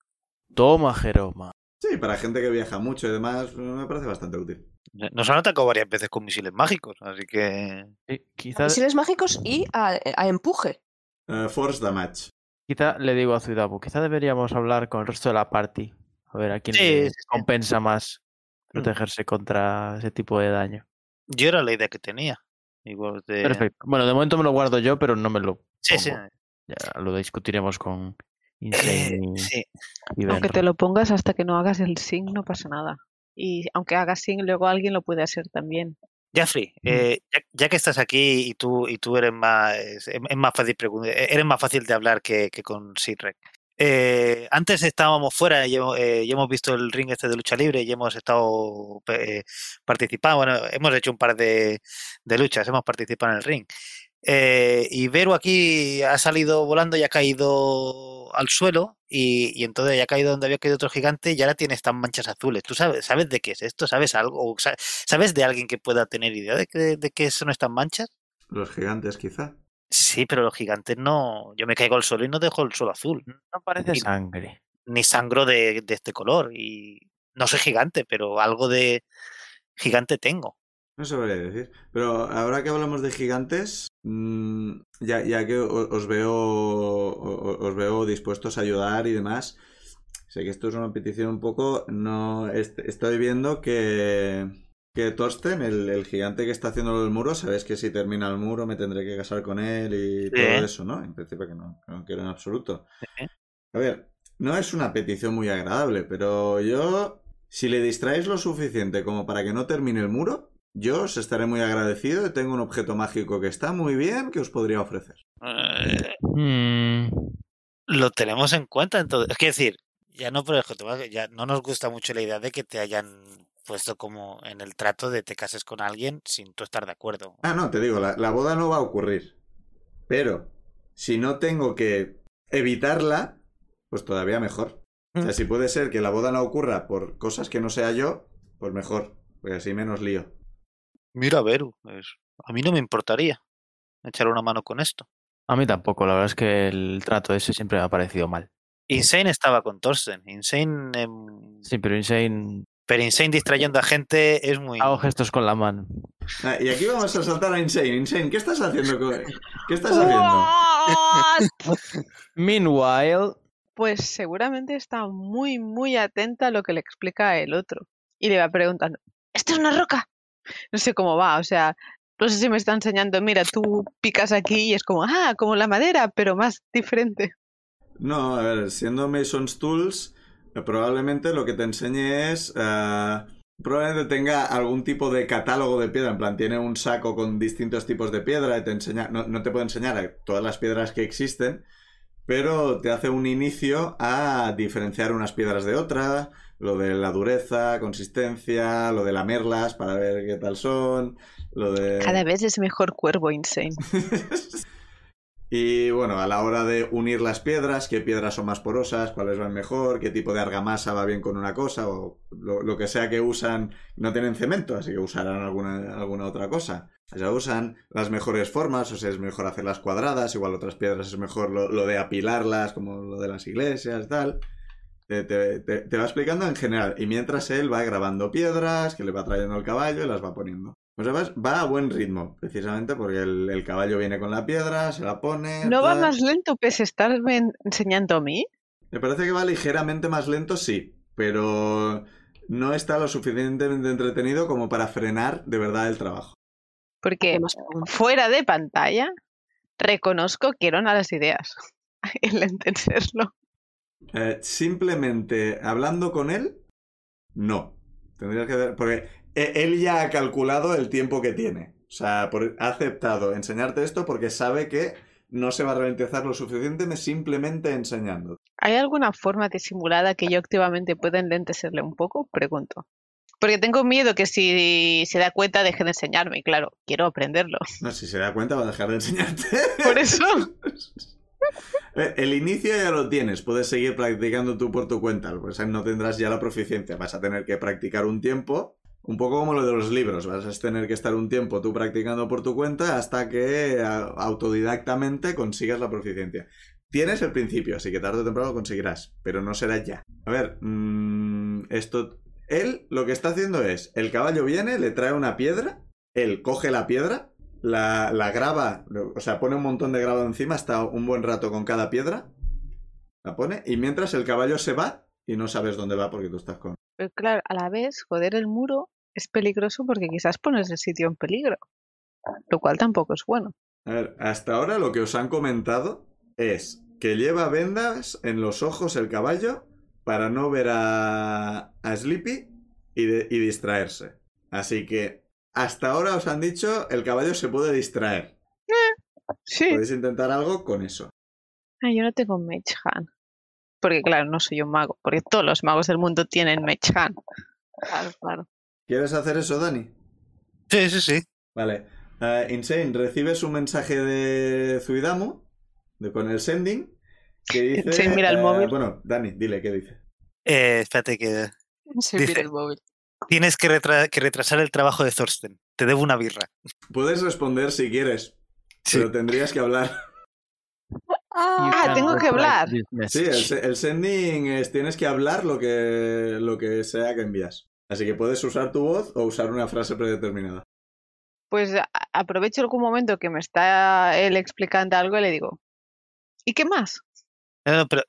Toma, Jeroma. Sí, para gente que viaja mucho y demás, me parece bastante útil. N- Nos han atacado varias veces con misiles mágicos, así que. Eh, quizá, Misiles mágicos y a, a empuje. Eh, force damage. quizá le digo a Zuidabu, quizá deberíamos hablar con el resto de la party. A ver a quién Sí, le sí, sí. compensa más protegerse contra ese tipo de daño. Yo era la idea que tenía. Igual de... Perfecto. Eh, Bueno, de momento me lo guardo yo, pero no me lo. Sí, sí. pongo. Ya lo discutiremos con Insane y- eh, sí. y Aunque te Benra. lo pongas hasta que no hagas el sing, no pasa nada. Y aunque hagas sing, luego alguien lo puede hacer también. Jeffrey, eh, ya, ya que estás aquí y tú, y tú eres más es, es más fácil pregun- eh, eres más fácil de hablar que, que con Sidrek. Eh, antes estábamos fuera y hemos, eh, y hemos visto el ring este de lucha libre y hemos estado eh, participando, bueno, hemos hecho un par de, de luchas, hemos participado en el ring. Eh, y Vero aquí ha salido volando y ha caído al suelo y, y entonces ya ha caído donde había caído otro gigante y ahora tiene estas manchas azules. ¿Tú sabes, sabes de qué es esto? ¿Sabes algo? O sa- ¿Sabes de alguien que pueda tener idea de que, de qué son estas manchas? Los gigantes, quizá. Sí, pero los gigantes no. Yo me caigo al suelo y no dejo el suelo azul, No parece y- sangre. ni sangro de, de este color. Y no soy gigante, pero algo de gigante tengo. No sabría decir. Pero ahora que hablamos de gigantes, mm, ya, ya que o- os veo, o- o- os veo dispuestos a ayudar y demás, sé que esto es una petición un poco. No, est- estoy viendo que que Thorsten, el, el gigante que está haciendo los muros, sabes que si termina el muro me tendré que casar con él y todo eso, ¿no? En principio que no, que no quiero en absoluto. Sí. ¿eh? A ver, no es una petición muy agradable, pero yo, si le distraéis lo suficiente como para que no termine el muro, yo os estaré muy agradecido y tengo un objeto mágico que está muy bien que os podría ofrecer. Eh, Mm, Lo tenemos en cuenta entonces. Es que decir, ya no por el jotobá, ya no nos gusta mucho la idea de que te hayan puesto como en el trato de te cases con alguien sin tú estar de acuerdo. Ah, no, te digo, la, la boda no va a ocurrir. Pero si no tengo que evitarla, pues todavía mejor. O sea, si puede ser que la boda no ocurra por cosas que no sea yo, pues mejor. Porque así menos lío. Mira, Veru, es- a mí no me importaría echar una mano con esto. A mí tampoco, la verdad es que el trato ese siempre me ha parecido mal. Insane estaba con Thorsten. Insane. em, Sí, pero Insane Pero Insane distrayendo a gente es muy. hago gestos con la mano. Ah, y aquí vamos a saltar a Insane. Insane, ¿qué estás haciendo? co- ¿Qué estás haciendo? What? Meanwhile, Pues seguramente está muy, muy atenta a lo que le explica el otro. Y le va preguntando, ¿esto es una roca? No sé cómo va, o sea, no sé si me está enseñando, mira, tú picas aquí y es como, ah, como la madera, pero más diferente. No, a ver, siendo Mason's Tools, eh, probablemente lo que te enseñe es. eh, probablemente tenga algún tipo de catálogo de piedra. En plan, tiene un saco con distintos tipos de piedra y te enseña. No, no te puede enseñar a todas las piedras que existen, pero te hace un inicio a diferenciar unas piedras de otras. Lo de la dureza, consistencia, lo de lamerlas para ver qué tal son, lo de... Cada vez es mejor cuervo insane. Y bueno, a la hora de unir las piedras, qué piedras son más porosas, cuáles van mejor, qué tipo de argamasa va bien con una cosa, o lo, lo que sea que usan, no tienen cemento, así que usarán alguna, alguna otra cosa. O sea, usan las mejores formas, o sea, es mejor hacerlas cuadradas, igual otras piedras es mejor lo, lo de apilarlas, como lo de las iglesias, tal. Te, te- te- te va explicando en general. Y mientras él va grabando piedras, que le va trayendo el caballo y las va poniendo. O sea, vas- va a buen ritmo, precisamente porque el, el caballo viene con la piedra, se la pone. ¿No va tal. más lento pese a estarme en- enseñando a mí? Me parece que va ligeramente más lento, sí, pero no está lo suficientemente entretenido como para frenar de verdad el trabajo. Porque Más preguntas. fuera de pantalla reconozco que eran a las ideas. El entenderlo. Eh, simplemente hablando con él, no. Tendrías que hacer- Porque e- él ya ha calculado el tiempo que tiene. O sea, por- ha aceptado enseñarte esto porque sabe que no se va a ralentizar lo suficiente me- simplemente enseñando. ¿Hay alguna forma disimulada que yo activamente pueda enlentecerle un poco? Pregunto. Porque tengo miedo que si se da cuenta deje de enseñarme. y Claro, quiero aprenderlo. No, si se da cuenta va a dejar de enseñarte. Por eso. Eh, El inicio ya lo tienes, puedes seguir practicando tú por tu cuenta, pues no tendrás ya la proficiencia, vas a tener que practicar un tiempo, un poco como lo de los libros, vas a tener que estar un tiempo tú practicando por tu cuenta hasta que a- autodidactamente consigas la proficiencia. Tienes el principio, así que tarde o temprano lo conseguirás, pero no será ya. A ver, mm, esto... Él lo que está haciendo es, el caballo viene, le trae una piedra, él coge la piedra, la, la grava, lo- o sea, pone un montón de grava encima, hasta un buen rato con cada piedra. La pone, y mientras el caballo se va y no sabes dónde va porque tú estás con. Pero claro, a la vez, joder el muro es peligroso porque quizás pones el sitio en peligro. Lo cual tampoco es bueno. A ver, hasta ahora lo que os han comentado es que lleva vendas en los ojos el caballo para no ver a, a Sleepy y, de- y distraerse. Así que hasta ahora os han dicho el caballo se puede distraer. Sí. Podéis intentar algo con eso. Ah, yo no tengo Mage Hand. Porque claro, no soy un mago. Porque todos los magos del mundo tienen Mage Hand. Claro, claro. ¿Quieres hacer eso, Dani? Sí, sí, sí. Vale. Eh, Insane, recibes un mensaje de Zuidamu de, con el sending que dice... Insane mira el eh, móvil. Bueno, Dani, dile qué dice. Eh, espérate que. Se Dice- mira el móvil. Tienes que, retra- que retrasar el trabajo de Thorsten. Te debo una birra. Puedes responder si quieres, Sí. pero tendrías que hablar. You Ah, can tengo que reply hablar. this Sí, el, message. se- el sending es tienes que hablar lo que, lo que sea que envías. Así que puedes usar tu voz o usar una frase predeterminada. Pues a- aprovecho algún momento que me está él explicando algo y le digo, ¿y qué más? No, no, pero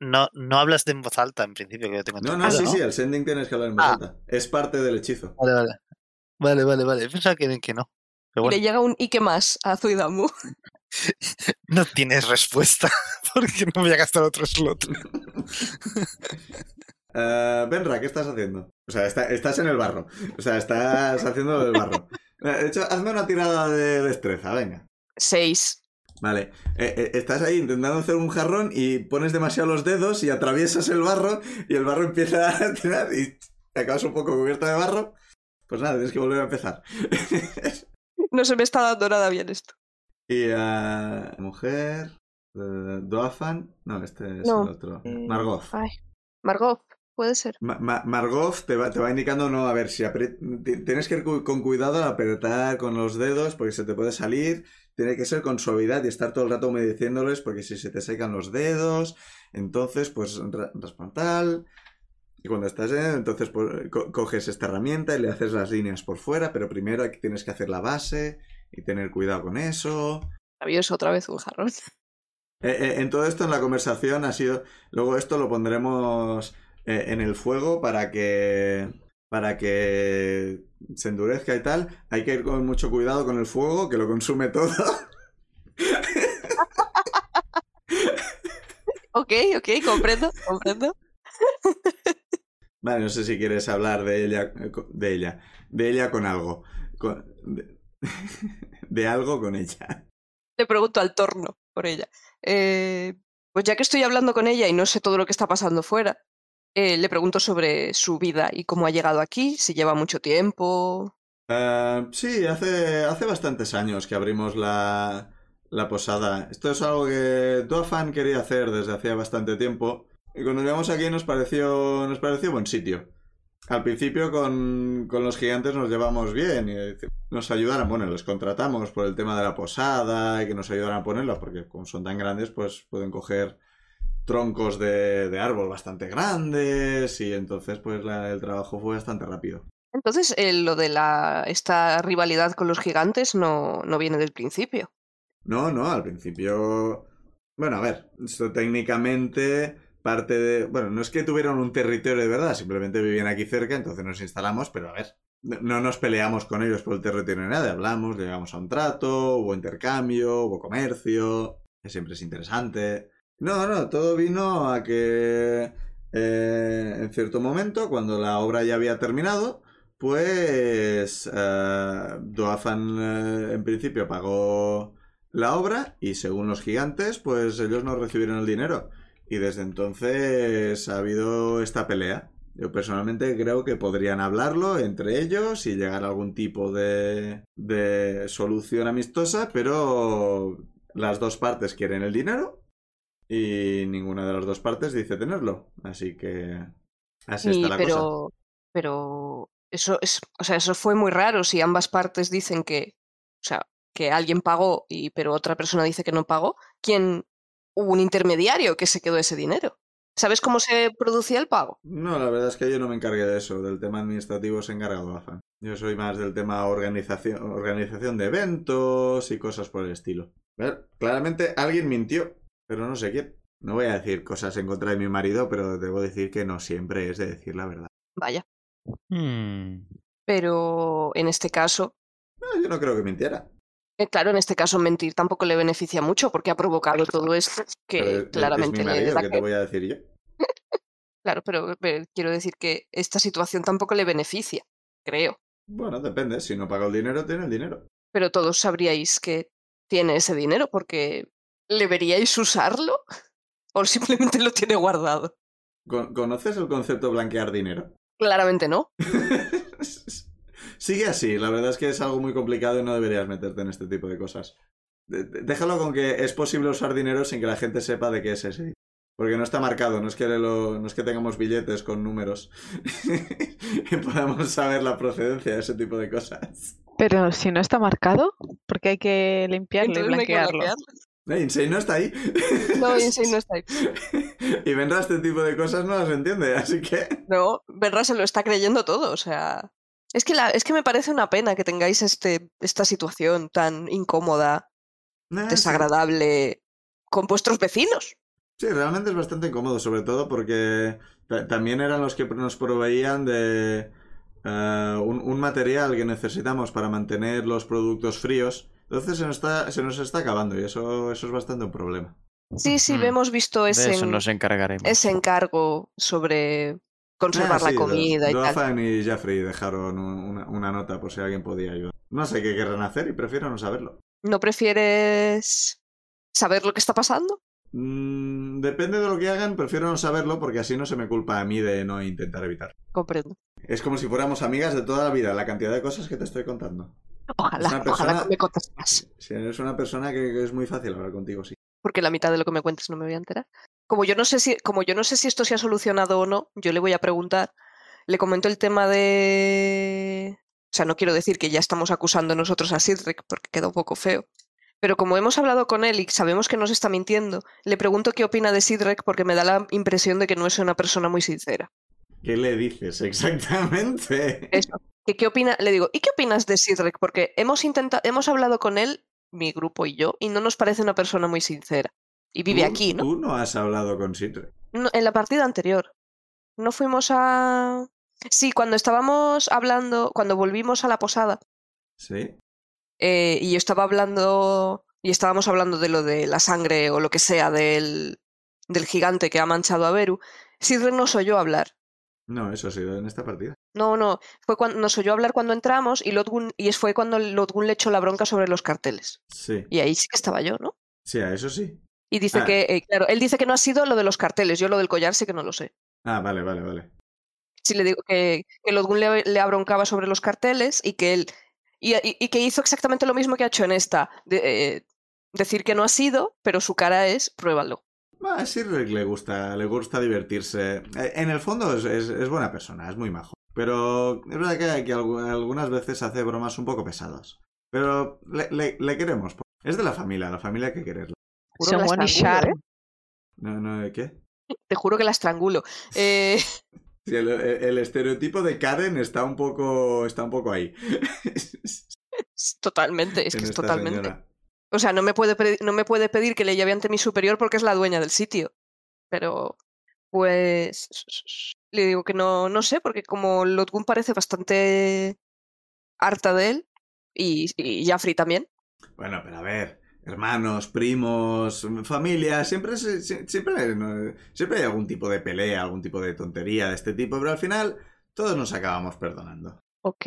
no, no hablas de en voz alta en principio, que yo tengo No, no, entendido, sí, sí, el sending tienes que hablar en voz Ah. alta. Es parte del hechizo. Vale, vale. Vale, vale, vale. Pensaba que, que no. Pero Y bueno, Le llega un ¿y qué más? a Zuidamu. no tienes respuesta porque no voy a gastar otro slot. Eh, Benra, ¿qué estás haciendo? O sea, está- estás en el barro. O sea, estás haciendo el barro. Eh, De hecho, hazme una tirada de destreza, venga. Seis. Vale, Eh, eh, estás ahí intentando hacer un jarrón y pones demasiado los dedos y atraviesas el barro y el barro empieza a tirar y acabas un poco cubierta de barro. Pues nada, tienes que volver a empezar. No se me está dando nada bien esto. y a mujer, eh, Doafan, no, este es No. el otro, Margot. Margot, puede ser. Ma- Ma- Margov te va, te va indicando, no, a ver, si apri- ti- tienes que ir cu- con cuidado al apretar con los dedos porque se te puede salir, tiene que ser con suavidad y estar todo el rato humedeciéndoles porque si se te secan los dedos, entonces pues ra- raspantal. Y cuando estás en, entonces pues, co- coges esta herramienta y le haces las líneas por fuera, pero primero aquí tienes que hacer la base y tener cuidado con eso. Maravilloso, otra vez un jarrón. Eh, eh, en todo esto, en la conversación, ha sido. Luego esto lo pondremos eh, en el fuego para que. Para que se endurezca y tal. Hay que ir con mucho cuidado con el fuego, que lo consume todo. Ok, ok, comprendo, comprendo. Vale, no sé si quieres hablar de ella. eh, co- De ella. De ella con algo. Con- de, de algo con ella. Le pregunto al torno por ella. Eh, pues ya que estoy hablando con ella y no sé todo lo que está pasando fuera, eh, le pregunto sobre su vida y cómo ha llegado aquí, si lleva mucho tiempo. Ah, sí, hace, hace bastantes años que abrimos la, la posada. Esto es algo que Duafan quería hacer desde hacía bastante tiempo. Y cuando llegamos aquí nos pareció, nos pareció buen sitio. Al principio con, con los gigantes nos llevamos bien y eh, nos ayudaron, bueno, los contratamos por el tema de la posada y que nos ayudaran a ponerla, porque como son tan grandes, pues pueden coger troncos de, de árbol bastante grandes y entonces pues la- el trabajo fue bastante rápido. Entonces, eh, lo de la, esta rivalidad con los gigantes no, no viene del principio. No, no, al principio. Bueno, a ver, esto técnicamente parte de. Bueno, no es que tuvieran un territorio de verdad, simplemente vivían aquí cerca, entonces nos instalamos, pero a ver. No no nos peleamos con ellos por el territorio ni nada, hablamos, llegamos a un trato, hubo intercambio, hubo comercio, que siempre es interesante. No, no, todo vino a que eh, en cierto momento, cuando la obra ya había terminado, pues eh, Doafan eh, en principio pagó la obra y según los gigantes, pues ellos no recibieron el dinero. Y desde entonces ha habido esta pelea. Yo personalmente creo que podrían hablarlo entre ellos y llegar a algún tipo de, de solución amistosa, pero las dos partes quieren el dinero y ninguna de las dos partes dice tenerlo. Así que así Y- está la cosa. pero, pero eso es, o sea, eso fue muy raro si ambas partes dicen que, o sea, que alguien pagó y pero otra persona dice que no pagó, ¿quién hubo un intermediario que se quedó ese dinero? ¿Sabes cómo se producía el pago? No, la verdad es que yo no me encargué de eso. Del tema administrativo se encarga Dafan. Yo soy más del tema organización, organización de eventos y cosas por el estilo. Ver, Claramente alguien mintió, pero no sé quién. No voy a decir cosas en contra de mi marido, pero debo decir que no siempre es de decir la verdad. Vaya, Hmm. pero en este caso, No, yo no creo que mintiera. eh, claro, en este caso mentir tampoco le beneficia mucho porque ha provocado todo esto que Pero es- es- claramente es mi le marido, da ¿qué que- te voy a decir yo? claro, pero, pero quiero decir que esta situación tampoco le beneficia, creo. Bueno, depende. Si no pago el dinero, tiene el dinero. pero todos sabríais que tiene ese dinero porque le veríais usarlo o simplemente lo tiene guardado. Con- ¿Conoces el concepto blanquear dinero? Claramente no. Sigue así, la verdad es que es algo muy complicado y no deberías meterte en este tipo de cosas. De- de- Déjalo con que es posible usar dinero sin que la gente sepa de qué es ese. Porque no está marcado, no es que, lo- no es que tengamos billetes con números y podamos saber la procedencia de ese tipo de cosas. Pero si no está marcado, porque hay que limpiarlo y Entonces no hay que blanquearlo. bloquearlo. Eh, Insane no está ahí. No, Insane no está ahí. y vendrá este tipo de cosas, no las entiende, así que... No, Benra se lo está creyendo todo, o sea... Es que, la, es que me parece una pena que tengáis este, esta situación tan incómoda, Ah, Nah, sí. desagradable con vuestros vecinos. Sí, realmente es bastante incómodo, sobre todo porque ta- también eran los que nos proveían de eh, un, un material que necesitamos para mantener los productos fríos. Entonces se nos está, se nos está acabando y eso, eso es bastante un problema. Sí, sí, Ujú. hemos visto De Pues ese, eso en- nos encargaremos. ese encargo sobre Ah, conservar sí, la comida y tal. Doafan y Jeffrey dejaron un- una, una nota por si alguien podía ayudar. No sé qué querrán hacer y prefiero no saberlo. ¿No prefieres saber lo que está pasando. Mm, depende de lo que hagan, prefiero no saberlo porque así no se me culpa a mí de no intentar evitar. Comprendo. Es como si fuéramos amigas de toda la vida, la cantidad de cosas que te estoy contando. Ojalá, Es una ojalá persona- que me contes más. Si eres una persona que que es muy fácil hablar contigo, sí. Porque la mitad de lo que me cuentes no me voy a enterar. Como yo no sé si, como yo no sé si esto se ha solucionado o no, yo le voy a preguntar. Le comento el tema de. O sea, no quiero decir que ya estamos acusando nosotros a Sidric porque queda un poco feo. Pero como hemos hablado con él y sabemos que nos está mintiendo, le pregunto qué opina de Sidrek porque me da la impresión de que no es una persona muy sincera. ¿Qué le dices exactamente? Eso. ¿Qué, qué opina? Le digo, ¿y qué opinas de Sidrek? Porque hemos intentado, hemos hablado con él, mi grupo y yo, y no nos parece una persona muy sincera. Y vive Tú- aquí, ¿no? Tú no has hablado con Sidre. No, En la partida anterior. No fuimos a. Sí, cuando estábamos hablando, cuando volvimos a la posada, Sí. eh, y yo estaba hablando. Y estábamos hablando de lo de la sangre o lo que sea del, del gigante que ha manchado a Beru. Sidrek nos oyó hablar. No, eso ha sido en esta partida. No, no, fue cuando nos oyó hablar cuando entramos y Lodgun, y es- fue cuando Lodgun le echó la bronca sobre los carteles. Sí. Y ahí sí que estaba yo, ¿no? Sí, a eso sí. Y dice Ah. que, eh, claro, él dice que no ha sido lo de los carteles, yo lo del collar sí que no lo sé. Ah, vale, vale, vale. Sí le digo que, que Lodgun le, le abroncaba sobre los carteles y que él, y, y- y que hizo exactamente lo mismo que ha hecho en esta, de, eh, decir que no ha sido, pero su cara es, pruébalo. A Sidre le gusta, le gusta divertirse. Eh, En el fondo es, es- es buena persona, es muy majo. Pero es verdad que, que algu- algunas veces hace bromas un poco pesadas. Pero le, le- le queremos. Es de la familia, la familia hay que quererla. Juro que ¿eh? la Someone is estrangulo, sharp. No, no, ¿de ¿qué? ¿eh? Te juro que la estrangulo. Eh, Sí, el, el estereotipo de Karen está un poco, está un poco ahí. es totalmente, es que En es esta totalmente. señora. O sea, no me puede, pre- no me puede pedir que le lleve ante mi superior porque es la dueña del sitio. Pero, pues, le digo que no, no sé, porque como Lotgun parece bastante harta de él, y, y Jaffrey también, Bueno, pero a ver, hermanos, primos, familia, siempre, se- sie- siempre, hay, ¿no? siempre hay algún tipo de pelea, algún tipo de tontería de este tipo, pero al final todos nos acabamos perdonando. ok,